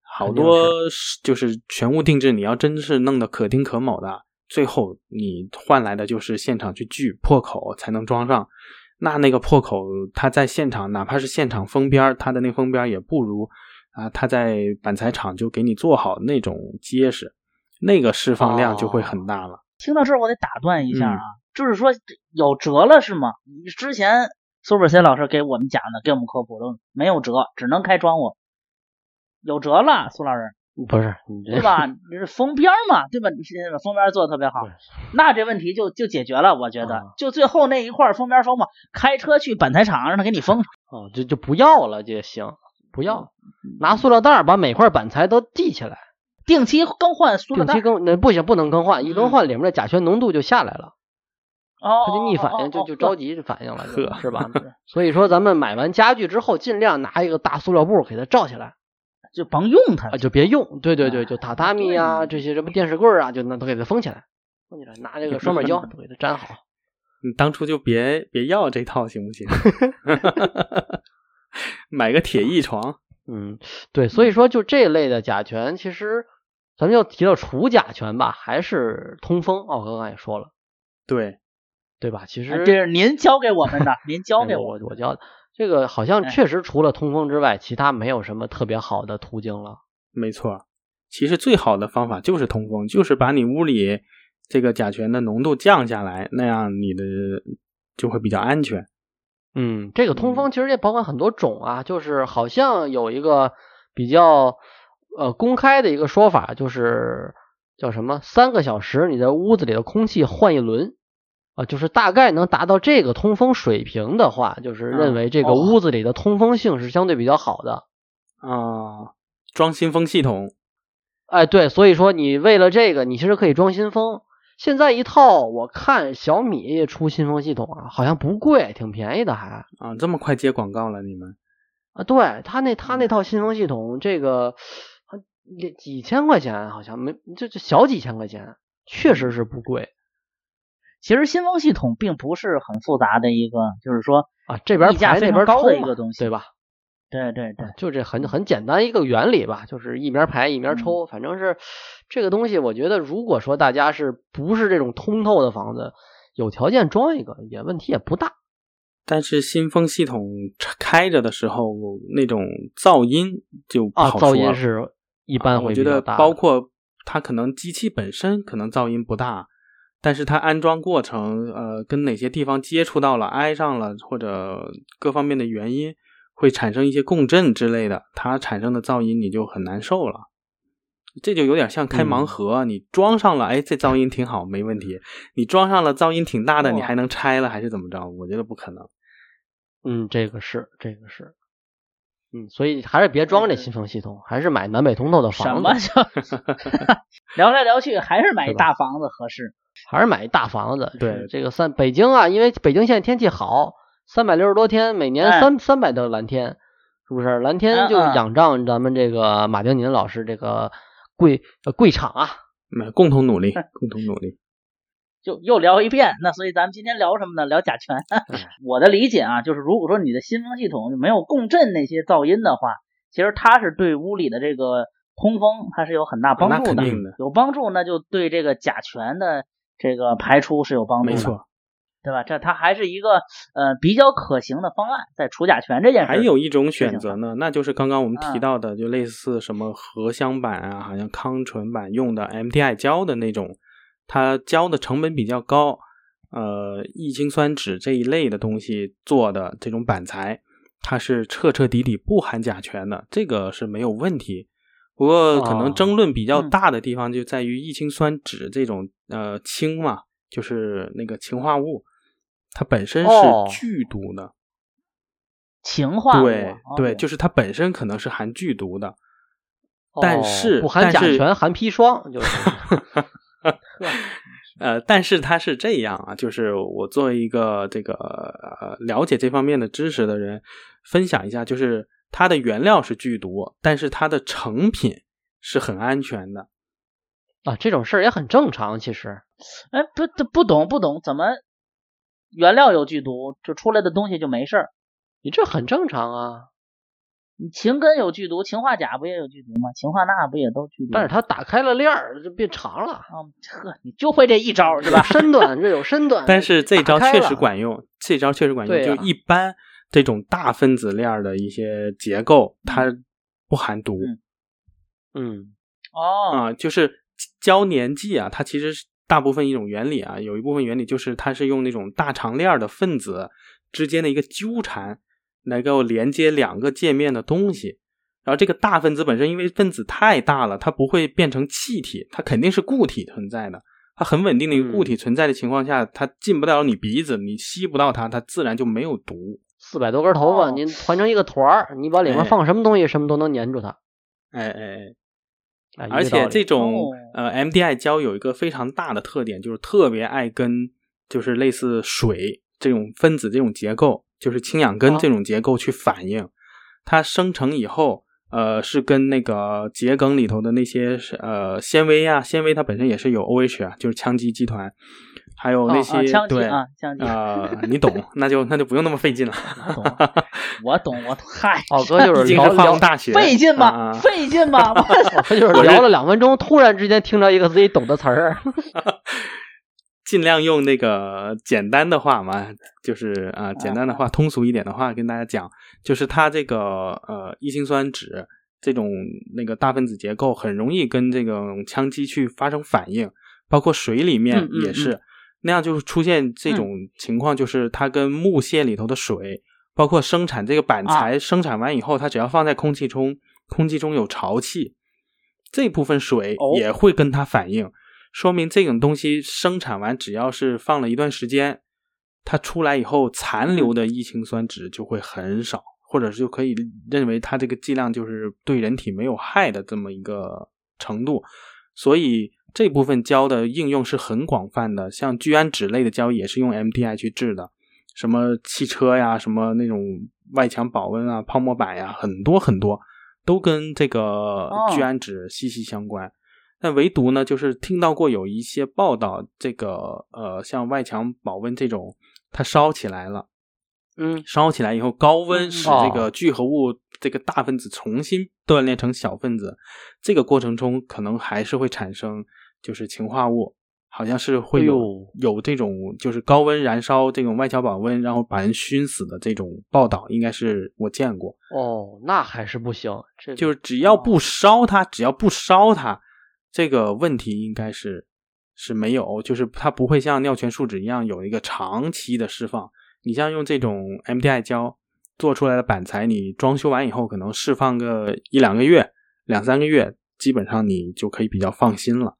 好肯定多是就是全屋定制，你要真是弄得可丁可卯的，最后你换来的就是现场去锯破口才能装上。那那个破口，它在现场哪怕是现场封边儿，它的那封边儿也不如啊，它在板材厂就给你做好那种结实，那个释放量就会很大哦了。听到这儿，我得打断一下啊，嗯就是说有折了是吗？你之前苏本森老师给我们讲的，给我们科普的没有折，只能开窗户。有折了，苏老师，不是你对这 [LAUGHS] 吧？你是封边儿嘛，对吧？你现在把封边儿做的特别好对，那这问题就就解决了。我觉啊得，就最后那一块儿封边儿封嘛，开车去板材厂让他给你封上。哦，就就不要了，就行，不要，嗯拿塑料袋儿把每块板材都系起来，定期更换塑料定袋嗯期，更那不行，不能更换，一更换里面的甲醛浓度就下来了，哦，它就逆反哦应，就就着。急反应了，就呵是 [LAUGHS] 吧？所以说咱们买完家具之后，尽量拿一个大塑料布给它罩起来 [LAUGHS] 就甭用它啊，。就别用，对对哎对，就榻榻米对啊呢这些什么电视柜儿啊，就那都给它封起来，封起来，拿这个双面胶都给它粘好。你当初就别别要这套行不 [LAUGHS] 行？ [LAUGHS] 买个铁艺床，嗯，对，所以说就这类的甲醛，其实咱们要提到除甲醛吧，还是通风。哦，刚刚也说了，对，对吧？其哎实这是您教给我们的，您教给哎我我我教的这个好像哎确实除了通风之外，其他没有什么特别好的途径了。没错。其实最好的方法就是通风，就是把你屋里这个甲醛的浓度降下来，那样你的就会比较安全。嗯，这个通风其实也包含很多种啊，就是好像有一个比较呃公开的一个说法，就是叫什么三个小时你在屋子里的空气换一轮啊，就是大概能达到这个通风水平的话，就是认嗯为这个哦屋子里的通风性是相对比较好的。啊、装新风系统，哎，对，所以说你为了这个，你其实可以装新风。现在一套我看小米出新风系统啊，好像不贵，挺便宜的还。啊，这么快接广告了你们？啊，对他那他那嗯套新风系统，这个啊也几千块钱好像没，这这小几千块钱，确嗯实是不贵其实新风系统并不是很复杂的一个，就是说，啊。这边溢价排非常那边高的抽一嘛个东西嗯对吧？对对对，就这很很简单一个原理吧，就是一边排一边嗯抽，反正是这个东西，我觉得如果说大家是不是这种通透的房子，有条件装一个也问题也不大。但是新风系统开着的时候，那种噪音就不啊，好说噪音了是一啊般会我觉比较得大的。包括它可能机器本身可能噪音不大，但是它安装过程，呃，跟哪些地方接触到了、挨上了，或者各方面的原因，会产生一些共振之类的，它产生的噪音你就很难受了。这就有点像开盲嗯盒，你装上了，哎，这噪音挺好，没问题。你装上了噪音挺大的，你哇还能拆了还是怎么着？我觉得不可能。 [LAUGHS] 嗯，这个是，这个是，嗯，所以还是别装这新风系统，还是买南北通透的什房么子，叫聊来聊去还是买对一吧大房子合适？还是买一大房子。对这个三北京啊，因为北京现在天气好，三百六十多天，每年哎三三百多蓝天，是不是？蓝天嗯就嗯仰仗咱们这个马丁宁老师这个贵呃贵厂啊，嗯，共同 [LAUGHS] 努力，共同努力。就又聊一遍。那所以咱们今天聊什么呢？聊甲醛。我的理解啊，就是如果说你的新风系统就没有共振那些噪音的话，其实它是对屋里的这个通风它是有很大帮那助肯的。定的，有帮助，那就对这个甲醛的这个排出是有帮助的，没错。对吧？这它还是一个呃比较可行的方案，在除甲醛这件事。还有一种这选种择方呢，那就是刚刚我们提嗯到的，就类似什么合香板啊，好像康纯板用的 MDI 胶的那种，它胶的成本比较高，呃，异氰酸酯这一类的东西做的这种板材，它是彻彻底底不含甲醛的，这个是没有问题。不过可哦能争论比较嗯大的地方就在于异氰酸酯这种呃氢嘛，就是那个氰化物，它本身是哦剧毒的。情化物啊对哦对，就是它本身可能是含剧毒 [LAUGHS] 的，哦但是不含但甲是醛，含砒 [LAUGHS] 霜，就是呃，但是它是这样啊，就是我作为一个这个呃了解这方面的知识的人，分享一下，就是它的原料是剧毒，但是它的成品是很安全的。啊，这种事儿也很正常，其实。哎，不不不懂不懂，怎么原料有剧毒，就出来的东西就没事儿？你这很正常啊，你氰根有剧毒，氰化钾不也有剧毒吗？氰化钠不也都嗯剧毒吗？但是他打开了链儿，就变长了，啊，呵，你就会这一招是有吧？身段，这有身段。 [LAUGHS] 但是这招嗯打开确了实管用，这招确实管用。对啊就一般这种大分子链儿的一些结构，它不含毒嗯嗯，哦，啊、就是胶粘剂啊，它其实是大部分一种原理啊，有一部分原理就是它是用那种大长链儿的分子之间的一个纠缠，能够连接两个界面的东西。然后这个大分子本身，因为分子太大了，它不会变成气体，它肯定是固体存在的。它很稳定的一个固体存在的情况下，它进不到你鼻子，你吸不到它，它自然就没有毒。四百多根头发，哦您团成一个团儿，你把里面哎放什么东西，什么都能粘住它。哎哎哎，哎一个而道且理这种哦呃 MDI 胶有一个非常大的特点，就是特别爱跟就是类似水这种分子这种结构，就是氢氧根啊这种结构去反应。它生成以后，呃，是跟那个桔梗里头的那些呃纤维啊，纤维它本身也是有 OH 啊，就是羟基基团，还有那啊些、枪击对啊，枪击，呃，你懂，那就那就不用那么费劲了。我懂，我懂，我懂， [LAUGHS] 嗨，奥哦哥就 [LAUGHS] 毕是竟聊是化聊工，大学，费劲啊吧，啊费劲吧，我 [LAUGHS] 奥哥就是聊了两分钟，突然之间听着一个自己懂的词儿， [LAUGHS] 尽量用那个简单的话嘛，就是啊、呃简单的话、通俗一点的话跟大家讲，就是它这个呃异辛酸酯这种那个大分子结构很容易跟这种羟基去发生反应，包括水里面嗯嗯也是，那样就出现这种情况，就是它跟木屑里头的水，包括生产这个板材、啊生产完以后，它只要放在空气中，空气中有潮气，这部分水哦也会跟它反应。说明这种东西生产完，只要是放了一段时间，它出来以后残留的异氰酸酯就会很少，或者是就可以认为它这个剂量就是对人体没有害的这么一个程度。所以这部分胶的应用是很广泛的，像聚氨酯类的胶也是用 MDI 去制的，什么汽车呀，什么那种外墙保温啊、泡沫板呀，很多很多都跟这个哦聚氨酯息息相关。但唯独呢，就是听到过有一些报道，这个呃，像外墙保温这种，它烧起来了，嗯，烧起来以后高温使哦这个聚合物、这个大分子重新锻炼成小分子，这个过程中可能还是会产生就是氰化物，好像是会哎有、呦有这种就是高温燃烧这种外墙保温，然后把人熏死的这种报道，应该是我见过。哦，那还是不行，这个就是只要不烧它，只要不烧它，这个问题应该是是没有，就是它不会像尿醛树脂一样有一个长期的释放。你像用这种 MDI 胶做出来的板材，你装修完以后可能释放个一两个月、两三个月，基本上你就可以比较放心了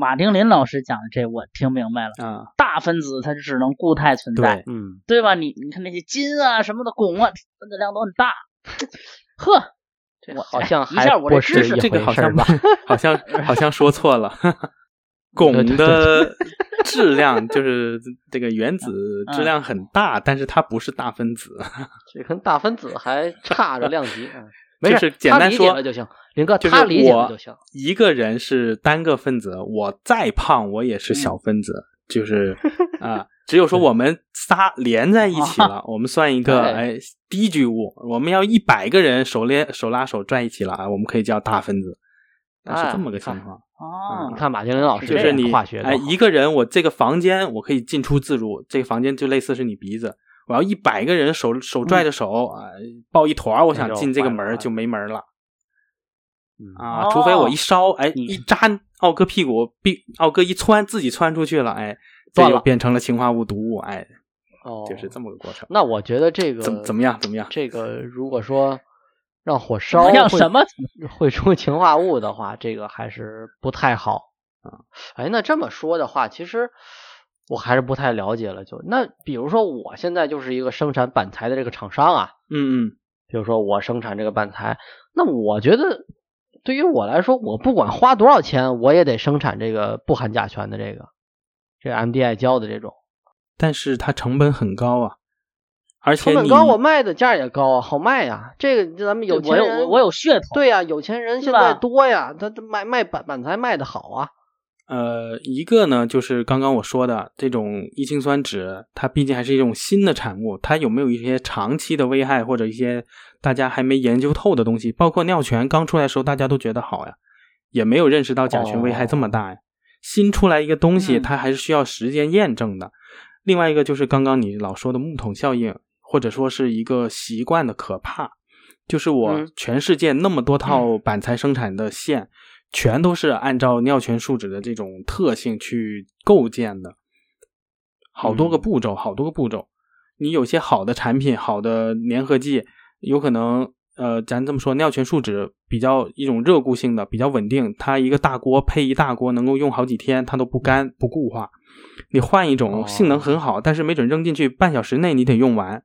马丁林老师讲的这我听明白了，啊。大分子它只能固态存在，对，嗯，对吧？你你看那些金啊什么的汞啊，分子量都很大。呵，这我好像一还下我不这是知识一这个回好事儿像吧？好 [LAUGHS] 像好像说错了。汞的质量就是这个原子嗯质量很大，但是它不是大分子。这跟大分子还差着量级，嗯 [LAUGHS] 没就事是，简他单理说解了就行。林哥，就是他理解了我就行。一个人是单个分子，我再胖我也是小嗯分子，就是 [LAUGHS] 啊、只有说我们仨连在一起了，我 [LAUGHS] 们算一个啊对哎低居物。我们要一百个人手连手拉手拽一起了啊，我们可以叫大分子。那哎是这么个看情况，啊哦嗯你，看马丁林老师就这是个你化学多哎好一个人，我这个房间我可以进出自如，这个房间就类似是你鼻子。我要一百个人手手拽着手啊、抱一团儿，我嗯那想就进这个坏了啊门儿就没门儿了。嗯啊，哦除非我一烧，哎，你一扎奥哥屁股，必奥哥一窜，自己窜出去了，哎，这断就了变成了氰化物毒物，哎，哦，就是这么个过程。那我觉得这个怎么怎么样怎么样这个如果说让火怎烧么样会什么 [LAUGHS] 会出氰化物的话，这个还是不太好啊。哎，那这么说的话，其实我还是不太了解了。就那比如说，我现在就是一个生产板材的这个厂商啊，嗯嗯，比如说我生产这个板材，那我觉得对于我来说，我不管花多少钱，我也得生产这个不含甲醛的这个这 MDI 胶的这种。但是它成本很高啊，而且成本你高，我卖的价也高啊，好卖呀、这个咱们有我钱有人，我我有噱头，对呀、有钱人是现在吧多呀，他他卖卖板板材卖的好啊，呃，一个呢就是刚刚我说的这种异氰酸酯，它毕竟还是一种新的产物，它有没有一些长期的危害或者一些大家还没研究透的东西？包括尿醛刚出来的时候，大家都觉得好呀，也没有认识到甲醛危害这么哦大呀。新出来一个东西，嗯它还是需要时间验证的。另外一个就是刚刚你老说的木桶效应，或者说是一个习惯的可怕，就是我嗯全世界那么多套板材生产的线，全都是按照尿醛树脂的这种特性去构建的，好多个步骤，好多个步骤。你有些好的产品、好的粘合剂，有可能，呃，咱这么说，尿醛树脂比较一种热固性的，比较稳定，它一个大锅配一大锅，能够用好几天，它都不干不固化。你换一种哦性能很好，但是没准扔进去半小时内你得用完，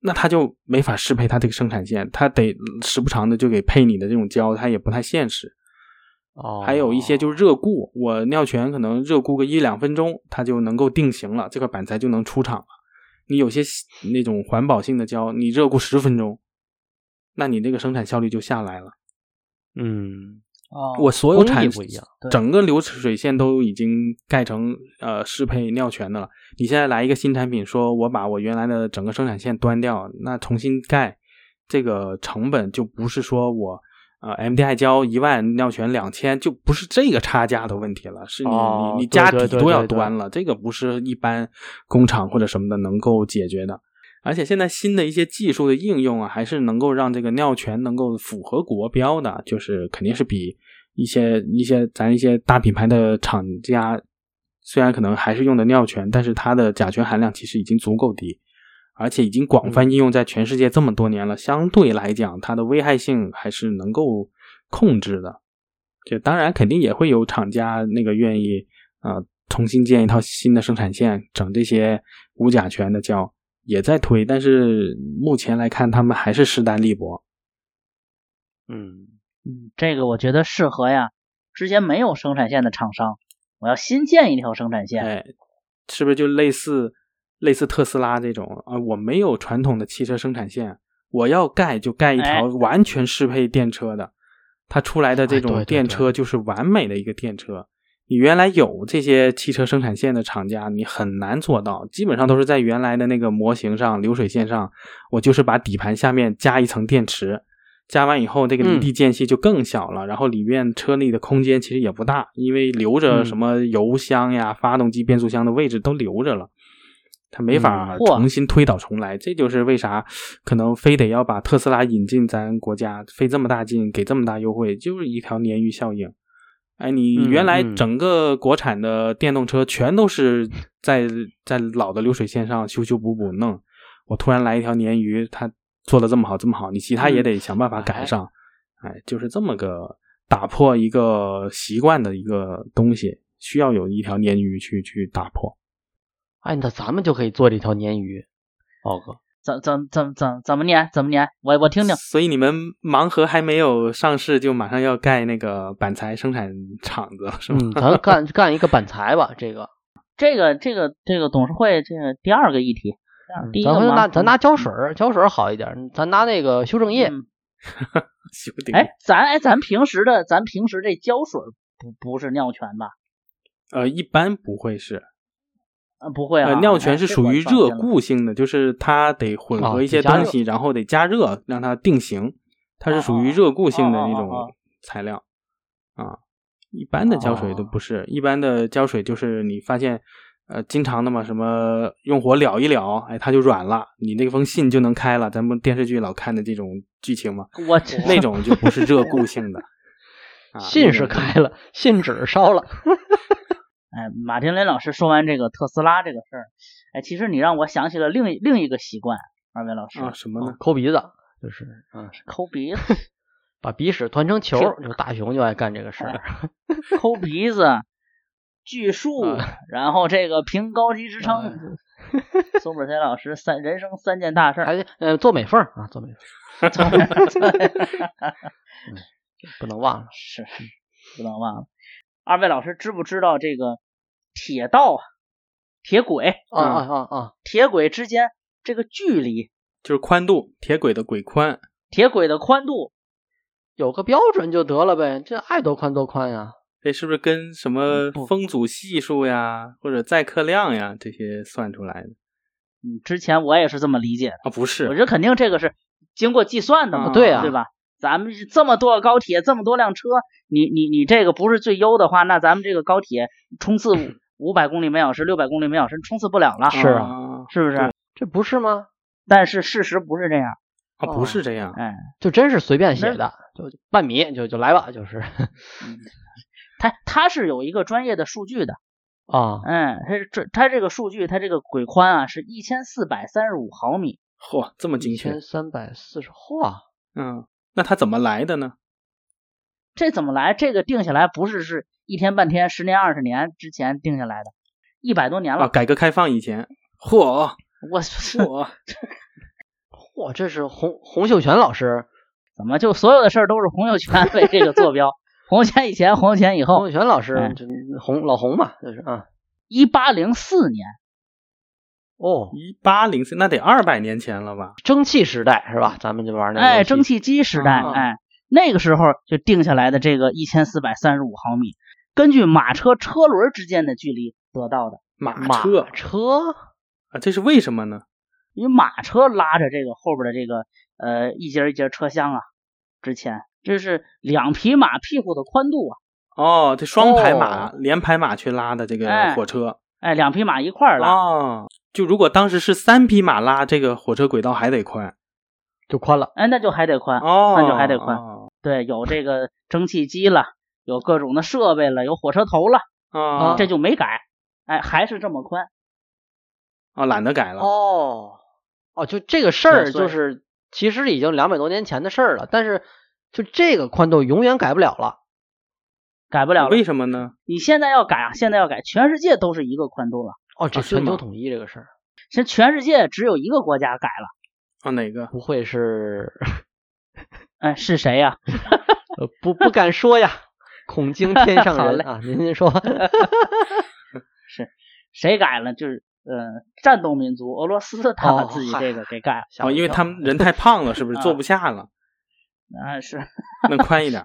那它就没法适配它这个生产线，它得时不常的就给配你的这种胶，它也不太现实。哦，还有一些就是热固，我尿醛可能热固个一两分钟，它就能够定型了，这块板材就能出厂了。你有些那种环保性的胶，你热固十分钟，那你这个生产效率就下来了。嗯，哦，我所有工艺产不一样，对整个流水线都已经盖成呃适配尿醛的了。你现在来一个新产品，说我把我原来的整个生产线端掉，那重新盖，这个成本就不是说我呃 MDI 胶一万尿醛两千，就不是呃这个差价的问题了，是你、哦你你对家对底对都要对对端了，这个不是一般工厂或者什么的能够解决的。而且现在新的一些技术的应用啊，还是能够让这个尿醛能够符合国标的，就是肯定是比一些一些咱一些大品牌的厂家，虽然可能还是用的尿醛，但是它的甲醛含量其实已经足够低，而且已经广泛应用在全世界这么多年了，相对来讲它的危害性还是能够控制的。就当然肯定也会有厂家那个愿意啊、呃重新建一套新的生产线，整这些无甲醛的胶也在推，但是目前来看他们还是势单力薄。嗯，嗯，这个我觉得适合呀，之前没有生产线的厂商，我要新建一条生产线。哎，是不是就类似类似特斯拉这种啊？我没有传统的汽车生产线，我要盖就盖一条哎完全适配电车的，它出来的这哎对种对电对车就是完美的一个电车。你原来有这些汽车生产线的厂家，你很难做到，基本上都是在原来的那个模型上、流水线上，我就是把底盘下面加一层电池，加完以后，这个离嗯地间隙就更小了，然后里面车内的空间其实也不大，因为留着什么油箱呀、发动机、变速箱的位置都留着了，它没法嗯嚯重新推倒重来。这就是为啥可能非得要把特斯拉引进咱国家，费这么大劲，给这么大优惠，就是一条鲶鱼效应。哎，你嗯原来嗯整个国产的电动车全都是在在老的流水线上修修补补弄，我突然来一条鲶鱼，它做的这么好这么好，你其他也得想办法赶上。哎，就是这么个打破一个习惯的一个东西，需要有一条鲶鱼去去打破。哎，那咱们就可以做这条鲶鱼，奥哥，怎怎怎怎怎么念？怎么念？我我听听。所以你们盲盒还没有上市，就马上要盖那个板材生产厂子了，是吗？ [LAUGHS] 嗯，咱干干一个板材吧，这个，这个这个这个董事会这个第二个议题，嗯第一个咱回头嘛拿咱拿胶水儿，胶水儿好一点，咱拿那个修正液，嗯修顶哎，咱哎咱平时的咱平时这胶水不不是尿醛吧？呃，一般不会是，啊，不会啊，呃，尿醛是哎属于这我热放心了固性的，就是它得混哦合一些得加东西，然后得加热让它定型，它是属于热固性的那哦哦哦种材料啊。一般的胶水都哦不是，一般的胶水就是你发现，呃，经常的嘛，什么用火燎一燎，哎，它就软了，你那封信就能开了。咱们电视剧老看的这种剧 [LAUGHS] 情嘛，我这那种就不是热固 [LAUGHS] 性的。啊、嗯信那是种就开了，信纸烧了，哎，马丁雷老师说完这个特斯拉这个事儿，哎，其实你让我想起了另一另一个习惯，二位老师啊什么呢？抠鼻子，就是嗯，抠鼻子。把鼻屎团成球儿，就大熊就爱干这个 [LAUGHS] 事儿，抠鼻子、锯树，啊然后这个评高级职哎称。松本才老师三人生三件大事儿，还呃做美缝儿啊，做美缝儿，不能忘了，是不能忘了。二位老师知不知道这个铁道啊、铁轨、啊啊啊啊啊，铁轨之间这个距离、就是宽度，铁轨的轨宽，铁轨的宽度？有个标准就得了呗，这爱多宽多宽呀，这是不是跟什么嗯不风阻系数呀，或者载客量呀这些算出来的？嗯，之前我也是这么理解的，啊，不我是，觉得肯定这个是经过计算的嘛，啊对啊吧？咱们这么多个高铁，这么多辆车，你你你这个不是最优的话，那咱们这个高铁冲刺 [LAUGHS] 五百公里每小时、六百公里每小时冲刺不了了，是啊啊，是不是？这不是吗？但是事实不是这样，啊不是这样，哎，就真是随便写的，就半米就就来吧，就是 [LAUGHS] 它它是有一个专业的数据的，啊，嗯，它是这它这个数据，它这个轨宽啊是一千四百三十五毫米，嚯，这么精一确千，三百四十，嚯，嗯，那它怎么来的呢？这怎么来？这个定下来不是是一天半天、十年二十年之前定下来的，一百多年啊，了，改革开放以前， [LAUGHS] 嚯 [LAUGHS] 我嚯，嚯，这是洪洪秀全老师，怎么就所有的事儿都是洪秀全为这个坐标？洪秀全以前，洪秀全以洪后，秀全老师哎，这洪老洪嘛，就是啊，一八零四年，哦，一八零四，那得二百年前了吧？蒸汽时代是吧？咱们就玩那个哎，游戏蒸汽机时代，啊哎，那个时候就定下来的这个一千四百三十五毫米，根据马车车轮之间的距离得到的，马马车车啊，这是为什么呢？因为马车拉着这个后边的这个呃一节一节车厢啊，之前这是两匹马屁股的宽度啊，哦，这双排马、哦连排马去拉的这个哎火车哎，两匹马一块儿拉，啊哦，就如果当时是三匹马拉，这个火车轨道还得宽就宽了，哎，那就还得啊宽，哦，那就还得宽哦对，有这个蒸汽机了，有各种的设备了，有火车头了，啊，这就没改，哎，还是这么宽。啊懒得改了哦哦，就这个事儿对所以就是其实已经两百多年前的事儿了，但是就这个宽度永远改不了了。改不了了为，什么呢？你现在要改啊！现在要改，全世界都是一个宽度了。哦，这啊是吗全球统一这个事儿，现在全世界只有一个国家改了，啊，哪个？不会是哎，是谁呀、呃不不敢说呀，恐惊天上好人嘞啊！您您说，谁改了？就是呃，战斗民族俄罗斯，他把哦自己嗨这个给改了。吓我哦，一因为跳他们人太胖了，是不是啊坐不下了？啊、是能宽一点，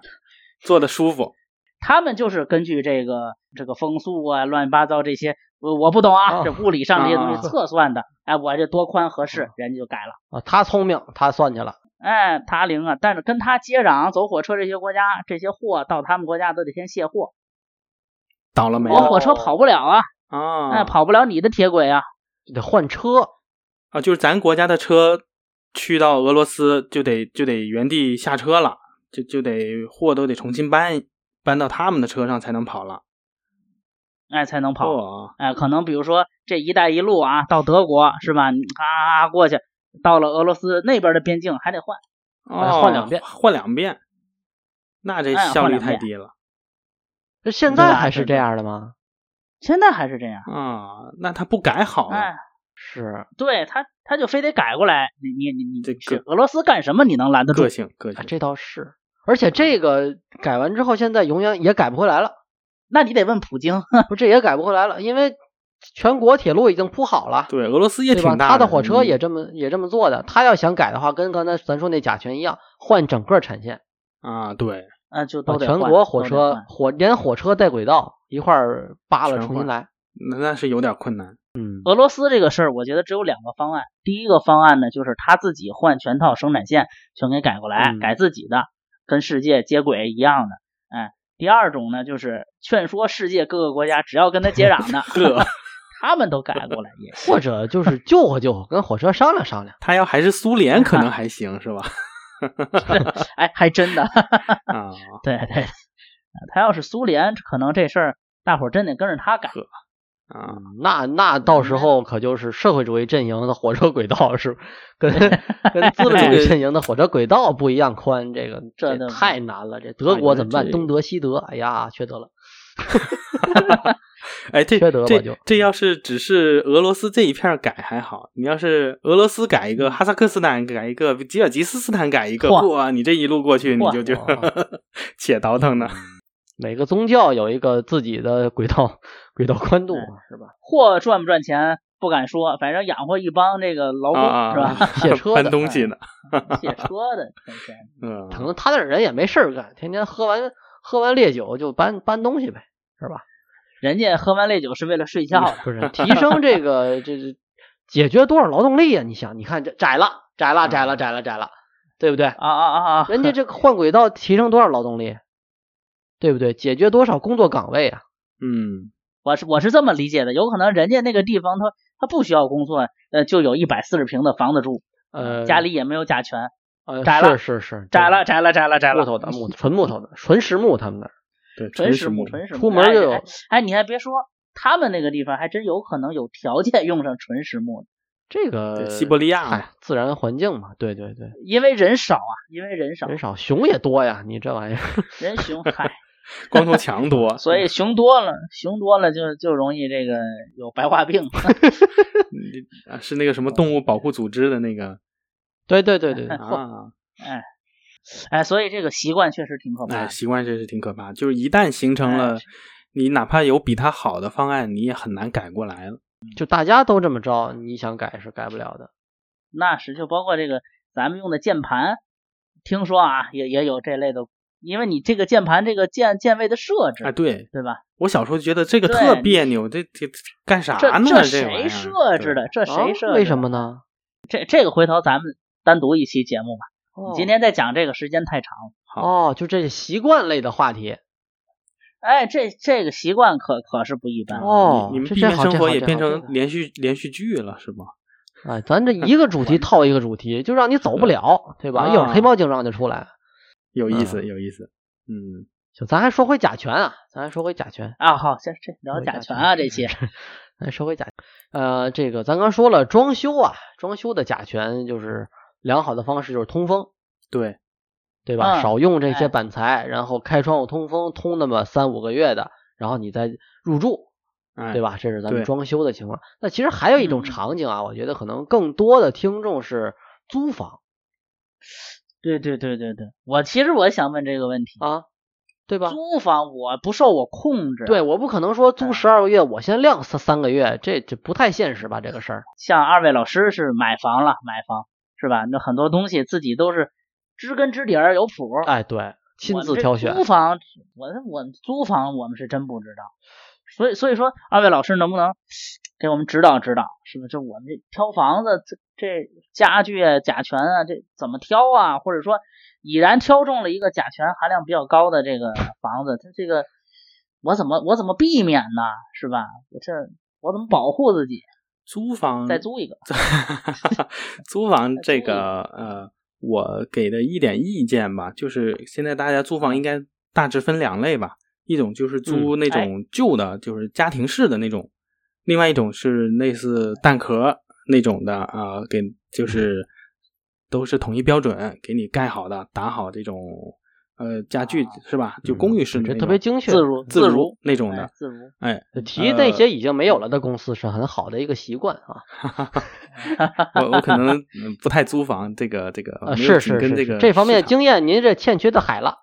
坐的舒服。他们就是根据这个这个风速啊、乱七八糟这些，我我不懂啊，哦这物理上这些东啊西测算的。哎，我这多宽合适，人家就改了。啊，他聪明，他算去了，哎，塔灵啊，但是跟他接壤走火车这些国家，这些货到他们国家都得先卸货，倒了霉我了火车跑不了啊，啊！哎，跑不了你的铁轨啊，得换车。啊，就是咱国家的车去到俄罗斯就得就得原地下车了，就就得货都得重新搬搬到他们的车上才能跑了。哎，才能跑。哦哎，可能比如说这“一带一路”啊，到德国是吧？你啊啊过去，到了俄罗斯那边的边境还得换。哦，换两遍换两遍，那这哎效率换两太遍低了这现对在啊还对是这对样的吗？现在还是这样，啊！那他不改好啊，哎，是对他，他就非得改过来。你你你你，这是个俄罗斯干什么？你能拦得住个？性个啊，性这倒是。而且这个改完之后，现在永远也改不回来了。那你得问普京。 [LAUGHS] 不是，这也改不回来了，因为全国铁路已经铺好了，对俄罗斯也对挺吧？大他的火车嗯也这么也这么做的。他要想改的话，跟刚才咱说那甲醛一样，换整个产线，啊，对，啊，就把都得全换国火都得车换火连火车带轨道一块儿扒了全重换新来。那那是有点困难。嗯，俄罗斯这个事儿，我觉得只有两个方案。第一个方案呢，就是他自己换全套生产线，全给改过来，嗯改自己的，跟世界接轨一样的。哎，第二种呢，就是劝说世界各个国家，只要跟他接壤 [LAUGHS] 的，他们都改过来也行。或者 [LAUGHS] 就是救活救活，跟火车商量商量。他要还是苏嗯联可能还行是吧？哎，还真的，啊， [LAUGHS] 对对。他要是苏联，可能这事儿大伙儿真得跟着他改。嗯啊，那那到时候可就是社会主义阵营的火车轨道是 [LAUGHS] 跟跟资本主义阵营的火车轨道不一样宽，这个这这倒是太难了。这德国怎么这办？东德西德，哎呀，缺德了。哎，这缺德吧就这这要是只是俄罗斯这一片儿改还好，你要是俄罗斯改一个，哈萨克斯坦改一个，吉尔吉斯斯坦改一个，嗯嚯哇，你这一路过去你嚯就就嚯 [LAUGHS] 且倒腾呢。每个宗教有一个自己的轨道轨道宽度嘛，哎是吧？货赚不赚钱不敢说，反正养活一帮这个劳工、嗯啊哦是吧？啊，卸车的搬东西呢，卸车的，天天嗯，可能他那儿人也没事儿干，天天喝完喝完烈酒就搬搬东西呗，是吧？人家喝完烈酒是为了睡觉的，不是提升这个这这解决多少劳动力呀、你想，你看这窄了，窄了，窄了，窄了，窄了，对不对？啊啊啊啊！人家这个换轨道提升多少劳动力，对不对？解决多少工作岗位啊？嗯，我是我是这么理解的，有可能人家那个地方他他不需要工作，呃，就有一百四十平的房子住，呃，嗯家里也没有甲醛，呃窄了是是是摘了摘了摘了摘了，木头的木纯木头的纯实木，他们那儿对，纯实实木木，纯实木，出门就哎有。哎，你还别说，他们那个地方还真有可能有条件用上纯实木的，这个对西伯利亚嘛嗨自然环境嘛，对对对，因为人少啊，因为人少，人少，熊也多呀，你这玩意儿， [LAUGHS] 人熊嗨，光头强多， [LAUGHS] 所以熊多了，熊多了就就容易这个有白化 [LAUGHS] 病。你啊是那个什么动物保护组织的 [LAUGHS] 那个对对对 [LAUGHS] 对，对啊，哎，所以这个习惯确实挺可怕哎，的。习惯真是挺可怕。就是一旦形成了哎，你哪怕有比它好的方案，你也很难改过来了。就大家都这么着，你想改是改不了的。那是就包括这个咱们用的键盘，听说啊也也有这类的，因为你这个键盘这个键键位的设置，啊，对对吧？我小时候觉得这个对特别扭，这这干啥这呢？这这玩意谁设儿置？对的？这啊谁设置的？为什么呢？这这个回头咱们单独一期节目吧。哦今天再讲这个时间太长了。哦，就这习惯类的话 [LAUGHS] 题，哎，这这个习惯可可是不一般。哦你你们这避这免好生这活好也这变好这成好连续连续剧了，是吗？哎，咱这一个主题套一个主题，就让你走不了，对吧？啊一会儿黑猫警长就出来。有意思，有意思。嗯，行，咱还说回甲醛啊，咱还说回甲醛，啊，好，这这聊甲醛啊，这 [LAUGHS] 期咱说回甲，呃，这个咱刚说了装修啊，装修的甲醛就是良好的方式就是通风，对，对吧？嗯少用这些哎板材，然后开窗户通风，通那么三五个月的，然后你再入住，嗯哎，对？吧？这是咱们对装修的情况。那其实还有一种嗯嗯场景啊，我觉得可能更多的听众是租房对对对对对，我其实我想问这个问题，啊，对吧？租房我不受我控制，对，，我不可能说租嗯十二个月，我先晾三三个月，这这不太现实吧？这个事儿，像二位老师是买房了，买房是吧？那很多东西自己都是知根知底儿有谱，哎，对，亲哦我们自这挑选租，房，我我们租房我们是真不知道，所以所以说，二位老师能不能给我们指导指导？是不是？就我们这挑房子，这这家具啊、甲醛啊，这怎么挑啊？或者说，已然挑中了一个甲醛含量比较高的这个房子，它这个我怎么我怎么避免呢？是吧？我这我怎么保护自己？租房再租一个， [LAUGHS] 租房这个呃，我给的一点意见吧，就是现在大家租房应该大致分两类吧，一种嗯就是租那哎种旧的，就是家庭式的那种，另外一种是类似蛋壳那种的啊、给就是都是统一标准给你盖好的，打好这种呃家具、哦是吧？嗯就公寓式的这那特种、别精确。自如自自如那种哎的，自如。哎，提那些已经没有了的公司是很好的一个习惯啊，我我 [LAUGHS] 可能嗯不太租房，这个这个啊没是有紧是是跟这是，个这方面市场经验您这欠缺的海了，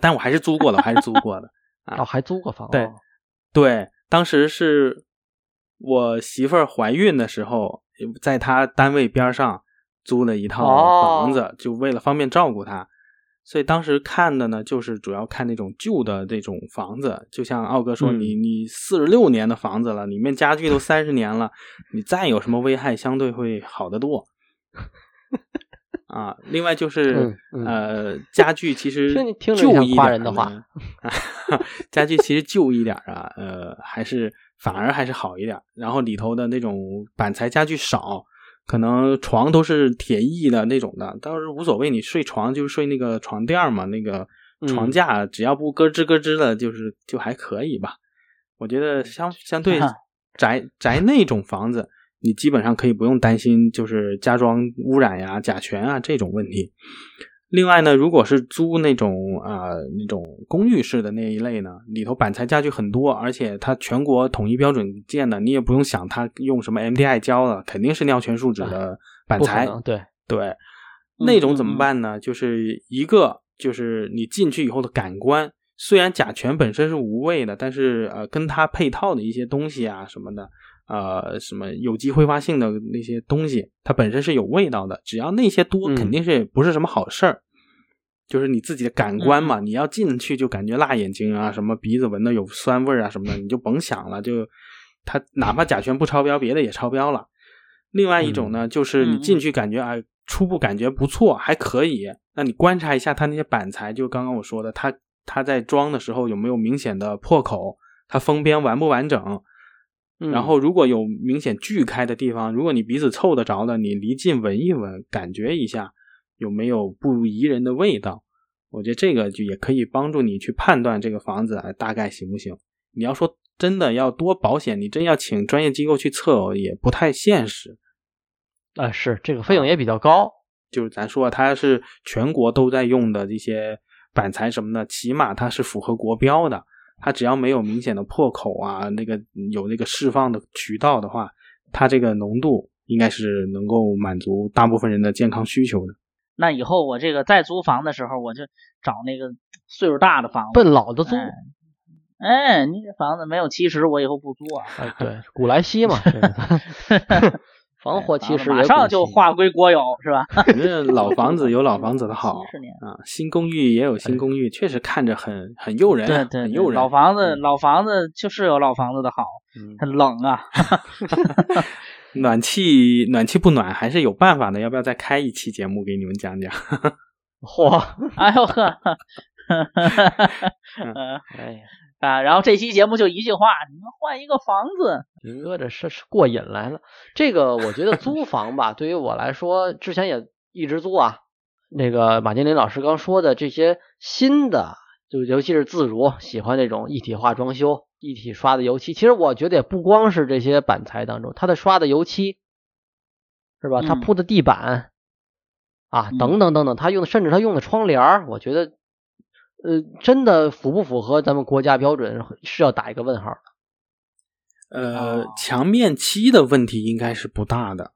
但我还是租过的，我还是租过的。啊哦，还租过房，对哦对，当时是我媳妇儿怀孕的时候，在她单位边上租了一套房子，哦就为了方便照顾她。所以当时看的呢，就是主要看那种旧的这种房子，就像奥哥说，嗯你你四十六年的房子了，里面家具都三十年了，你再有什么危害，相对会好得多。 [LAUGHS] 啊，另外就是、嗯嗯呃，家具其实听你听着旧像一夸点人的儿话呢，家具其实旧一点儿啊，呃，还是反而还是好一点儿。然后里头的那种板材家具少，可能床都是铁艺的那种的，倒是无所谓，你睡床就是睡那个床垫儿嘛，那个床嗯架，只要不咯吱咯吱的，就是就还可以吧。我觉得相 [LAUGHS] 相对宅宅那种房子，你基本上可以不用担心就是家装污染呀、甲醛啊这种问题。另外呢，如果是租那种啊、呃那种公寓式的那一类呢，里头板材家具很多，而且它全国统一标准建的，你也不用想它用什么 MDI 胶了，肯定是尿全树脂的板不可材。能，对，对，那种嗯嗯怎么办呢？就是一个就是你进去以后的感官，虽然甲醛本身是无味的，但是呃，跟它配套的一些东西啊什么的，呃，什么有机挥发性的那些东西，它本身是有味道的。只要那些多，嗯肯定是不是什么好事儿。就是你自己的感嗯官嘛，你要进去就感觉辣眼睛啊，什么鼻子闻的有酸味儿啊什么的，你就甭想了，就它哪怕甲醛不超标，别的也超标了。另外嗯一种呢，就是你进去感觉啊，初步感觉不错，还可以。那你观察一下它那些板材，就刚刚我说的，它它在装的时候有没有明显的破口，它封边完不完整。然后如果有明显锯开的地方，如果你鼻子凑得着的，你离近闻一闻，感觉一下有没有不宜人的味道。我觉得这个就也可以帮助你去判断这个房子啊大概行不行。你要说真的要多保险，你真要请专业机构去测也不太现实。啊、呃，是这个费用也比较高。就是咱说啊它是全国都在用的这些板材什么的，起码它是符合国标的。它只要没有明显的破口啊，那个有那个释放的渠道的话，它这个浓度应该是能够满足大部分人的健康需求的。那以后我这个再租房的时候，我就找那个岁数大的房子，奔老的租。哎，哎你这房子没有七十，我以后不租啊。哎、对，古来稀 [LAUGHS] 嘛，防火七十马上就划归国有，是吧？反正老房子有老房子的好年啊，新公寓也有新公寓，确实看着很很诱人、对啊，对很对诱人。老房子，老房子就是有老房子的好，嗯很冷啊。暖气暖气不暖还是有办法的，要不要再开一期节目给你们讲讲？ [LAUGHS] 嚯，哎呦 [LAUGHS] 呵，呃哎呀，啊，然后这期节目就一句话：你们换一个房子。林哥这是是过瘾来了。这个我 [LAUGHS] 觉得租房吧，对于我来说，之前也一直租啊。那个马金林老师刚说的这些新的，就尤其是自如喜欢这种一体化装修、一体刷的油漆。其实我觉得也不光是这些板材当中，它的刷的油漆是吧？它嗯铺的地板、啊，嗯等等等等，它用的甚至它用的窗帘儿，我觉得呃，真的符不符合咱们国家标准是要打一个问号的。呃哦，墙面漆的问题应该是不大的。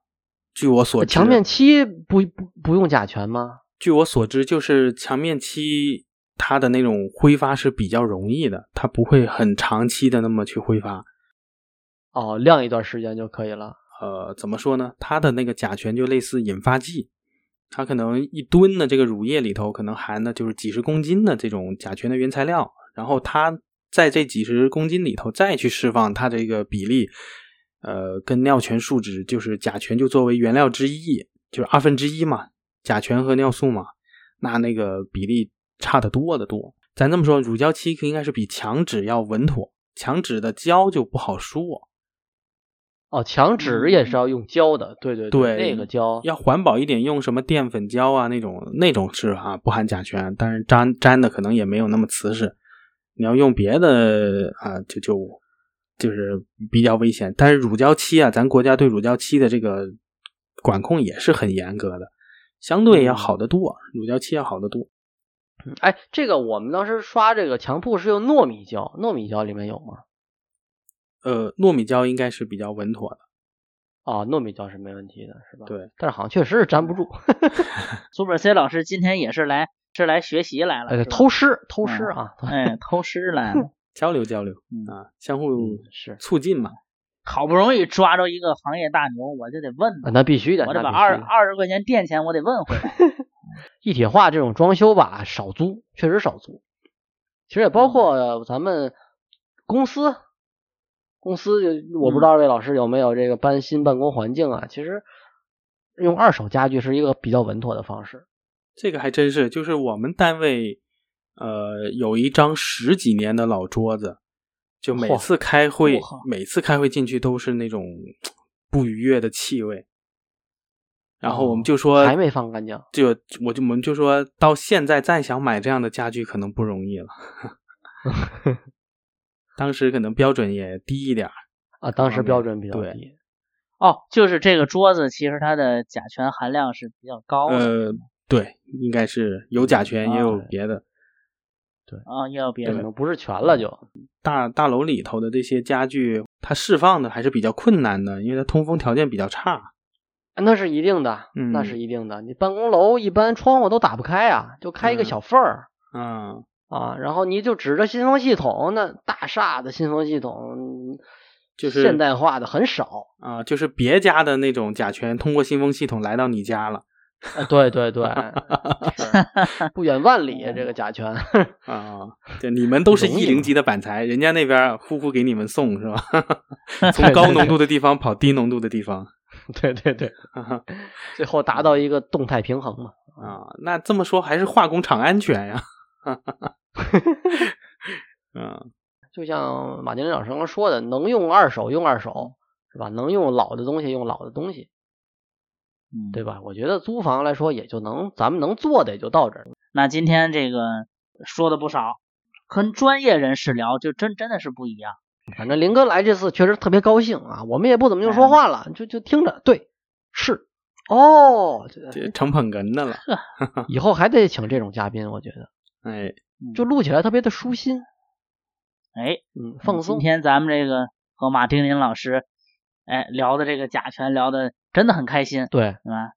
据我所知，呃墙面漆不不不用甲醛吗？据我所知，就是墙面漆它的那种挥发是比较容易的，它不会很长期的那么去挥发。哦，晾一段时间就可以了。呃，怎么说呢？它的那个甲醛就类似引发剂，它可能一吨的这个乳液里头可能含的就是几十公斤的这种甲醛的原材料，然后它在这几十公斤里头再去释放它这个比例，呃，跟尿醛数值就是甲醛就作为原料之一，就是二分之一嘛，甲醛和尿素嘛，那那个比例差得多得多。咱这么说，乳胶漆应该是比墙纸要稳妥，墙纸的胶就不好说。哦，墙纸也是要用胶的，对对对那个胶要环保一点，用什么淀粉胶啊那种那种是啊，不含甲醛，但是粘粘的可能也没有那么瓷实。你要用别的啊，就就就是比较危险。但是乳胶漆啊，咱国家对乳胶漆的这个管控也是很严格的，相对要嗯好得多，乳胶漆要好得多。哎，这个我们当时刷这个墙铺是用糯米胶，糯米胶里面有吗？呃，糯米胶应该是比较稳妥的。哦，糯米胶是没问题的，是吧？对，但是好像确实是粘不住，苏本 C 老师今天也是来是来学习来了， [LAUGHS] 哎，是吧偷师偷师啊，哎偷师来了，交流交流嗯啊，相互是，促进嘛。好不容易抓着一个行业大牛，我就得问啊他，那必须的，我那得把必二须的。二十块钱店钱我得问 [LAUGHS] 回来。一体化这种装修吧，少租，确实少租。其实也嗯包括呃咱们公司，公司就我不知嗯道二位老师有没有这个搬新办公环境啊，其实用二手家具是一个比较稳妥的方式。这个还真是，就是我们单位，呃，有一张十几年的老桌子，就每嚯次开会嚯，每次开会进去都是那种嘖不愉悦的气味。然后我们就说，哦还没放干净，就我就我们就说到现在再想买这样的家具可能不 [LAUGHS] 容易了。当时可能标准也低一点儿，啊，当时方面标准比较对低。哦，就是这个桌子，其实它的甲醛含量是比较高的，呃，对，应该是有甲醛，也有啊别的。啊，也有别也可人能不是全了嗯就，大大楼里头的这些家具，它释放的还是比较困难的，因为它通风条件比较差。啊那是一定的，嗯那是一定的。你办公楼一般窗户都打不开啊，就开一个嗯小缝儿，嗯，啊，然后你就指着新风系统，那大厦的新风系统就是现代化的很少，啊、就是别家的那种甲醛通过新风系统来到你家了，啊对对对，是不远万里这个甲醛， [LAUGHS] 啊，对，你们都是容易啊一零级的板材，人家那边呼呼给你们送是吧？ [LAUGHS] 从高浓度的地方跑低浓度的地方对对对，啊 [LAUGHS] 最后达到一个动态平衡嘛。啊，那这么说还是化工厂安 [LAUGHS] 全呀？嗯就像马丁林老师刚刚说的，能用二手用二手，是吧？能用老的东西用老的东西，嗯，对吧？我觉得租房来说，也就能咱们能做的也就到这儿。那今天这个说的不少，和专业人士聊就真真的是不一样。反正林哥来这次确实特别高兴啊，我们也不怎么用说话了，就就听着，对，是， [LAUGHS] 哦，这这成捧哏的了，以后还得请这种嘉宾，我觉得哎，就录起来特别的舒心，哎，嗯，放松今。天咱们这个和马丁林老师，哎，聊的这个甲醛聊的真的很开心，对，对吧？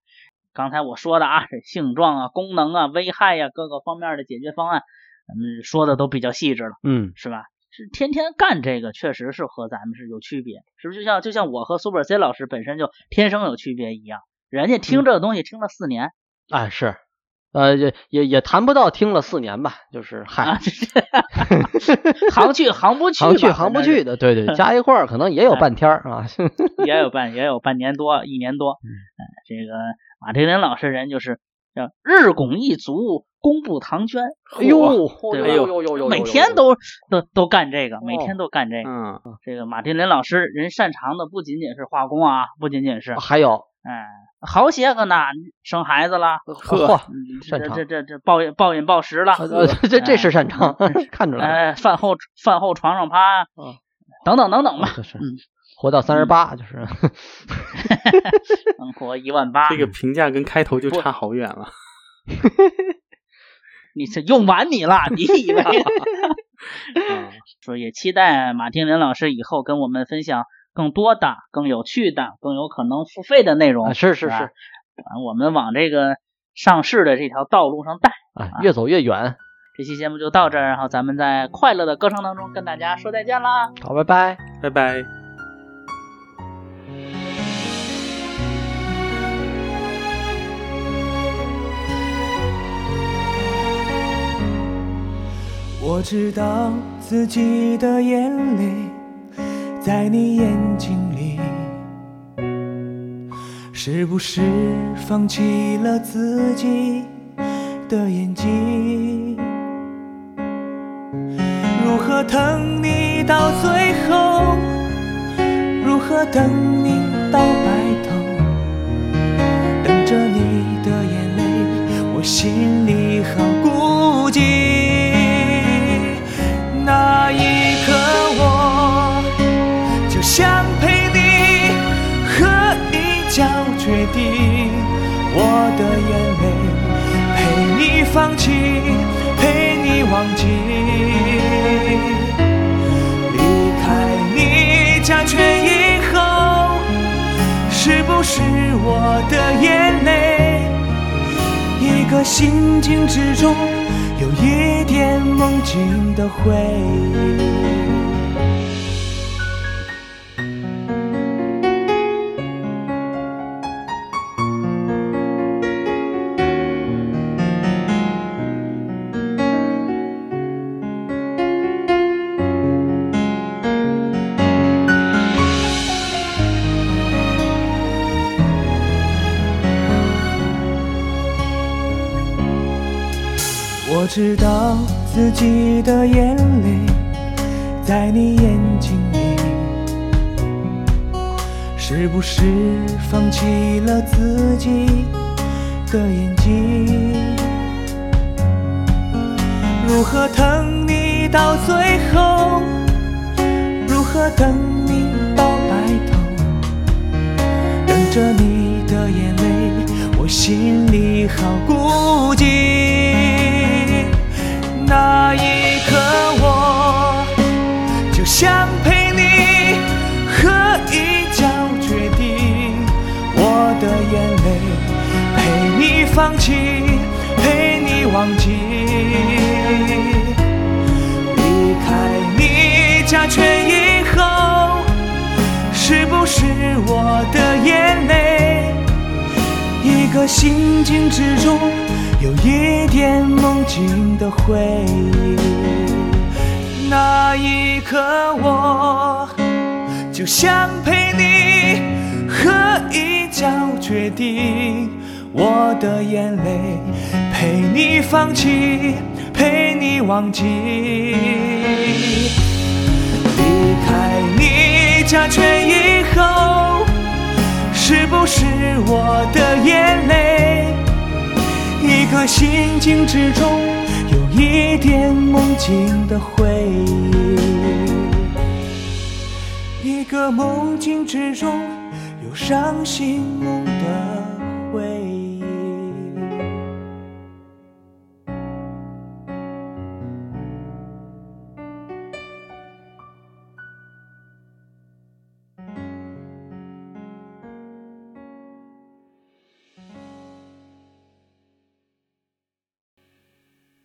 刚才我说的啊，这性状啊、功能啊、危害呀、各个方面的解决方案，咱们说的都比较细致了，嗯，是吧？是天天干这个，确实是和咱们是有区别，是不是？就像就像我和苏本 C 老师本身就天生有区别一样，人家嗯听这个东西听了四年、哎是，呃，也也也谈不到听了四年吧，就是啊， [LAUGHS] 嗨，这这 [LAUGHS] 行去行不去吧，行去行不反正去的，[LAUGHS] 对对，加一块儿可能也有半天儿啊。也有半也有半年多一年多。嗯哎，这个马丁林老师人就是叫日拱一卒，功不唐捐，哎呦，对吧哎呦呦呦呦，每天都都都干这个，每天都干这个。嗯，这个马丁林老师人擅长的不仅仅是化工啊，不仅仅是 [LAUGHS] 还 [LAUGHS] 有哎，好些个呢，生孩子啦，嚯，嗯这哦擅长这这这暴饮暴饮暴食啦，呃这这是擅长，看出来了，哎，饭后饭后床上趴嗯，等等等等吧，就是嗯活到三十八就是，生活一万八，这个评价跟开头就差好远了。你这用完你了，你以为？啊说也期待马丁林老师以后跟我们分享更多的、更有趣的、更有可能付费的内容。 [LAUGHS] 啊是是哦吧是，啊我们往这个上市的这条道路上带。啊，越走越远。这期节目就到这儿，然后咱们在快乐的歌声当中跟大家说再见啦。好，拜拜。拜拜。我知道自己的眼泪在你眼睛里，是不是放弃了自己的眼睛？如何疼你到最后？如何等你到白头？等着你的眼泪，我心里好孤寂。那一刻，我就想陪你喝一觉，决定我的眼泪，陪你放弃，陪你忘记。离开你家圈以后，是不是我的眼泪？一个心境之中有一点梦境的回忆。我知道自己的眼泪在你眼睛里，是不是放弃了自己的眼睛？如何疼你到最后？如何等你到白头？等着你的眼泪，我心里好孤寂。那一刻，我就想陪你喝一觉，决定我的眼泪，陪你放弃，陪你忘记。离开你家圈以后，是不是我的眼泪？一个心境之中有一点梦境的回忆。那一刻，我就想陪你喝一觉，决定我的眼泪，陪你放弃，陪你忘记。离开你家圈以后，是不是我的眼泪，一个心境之中有一点梦境的回忆，一个梦境之中有伤心梦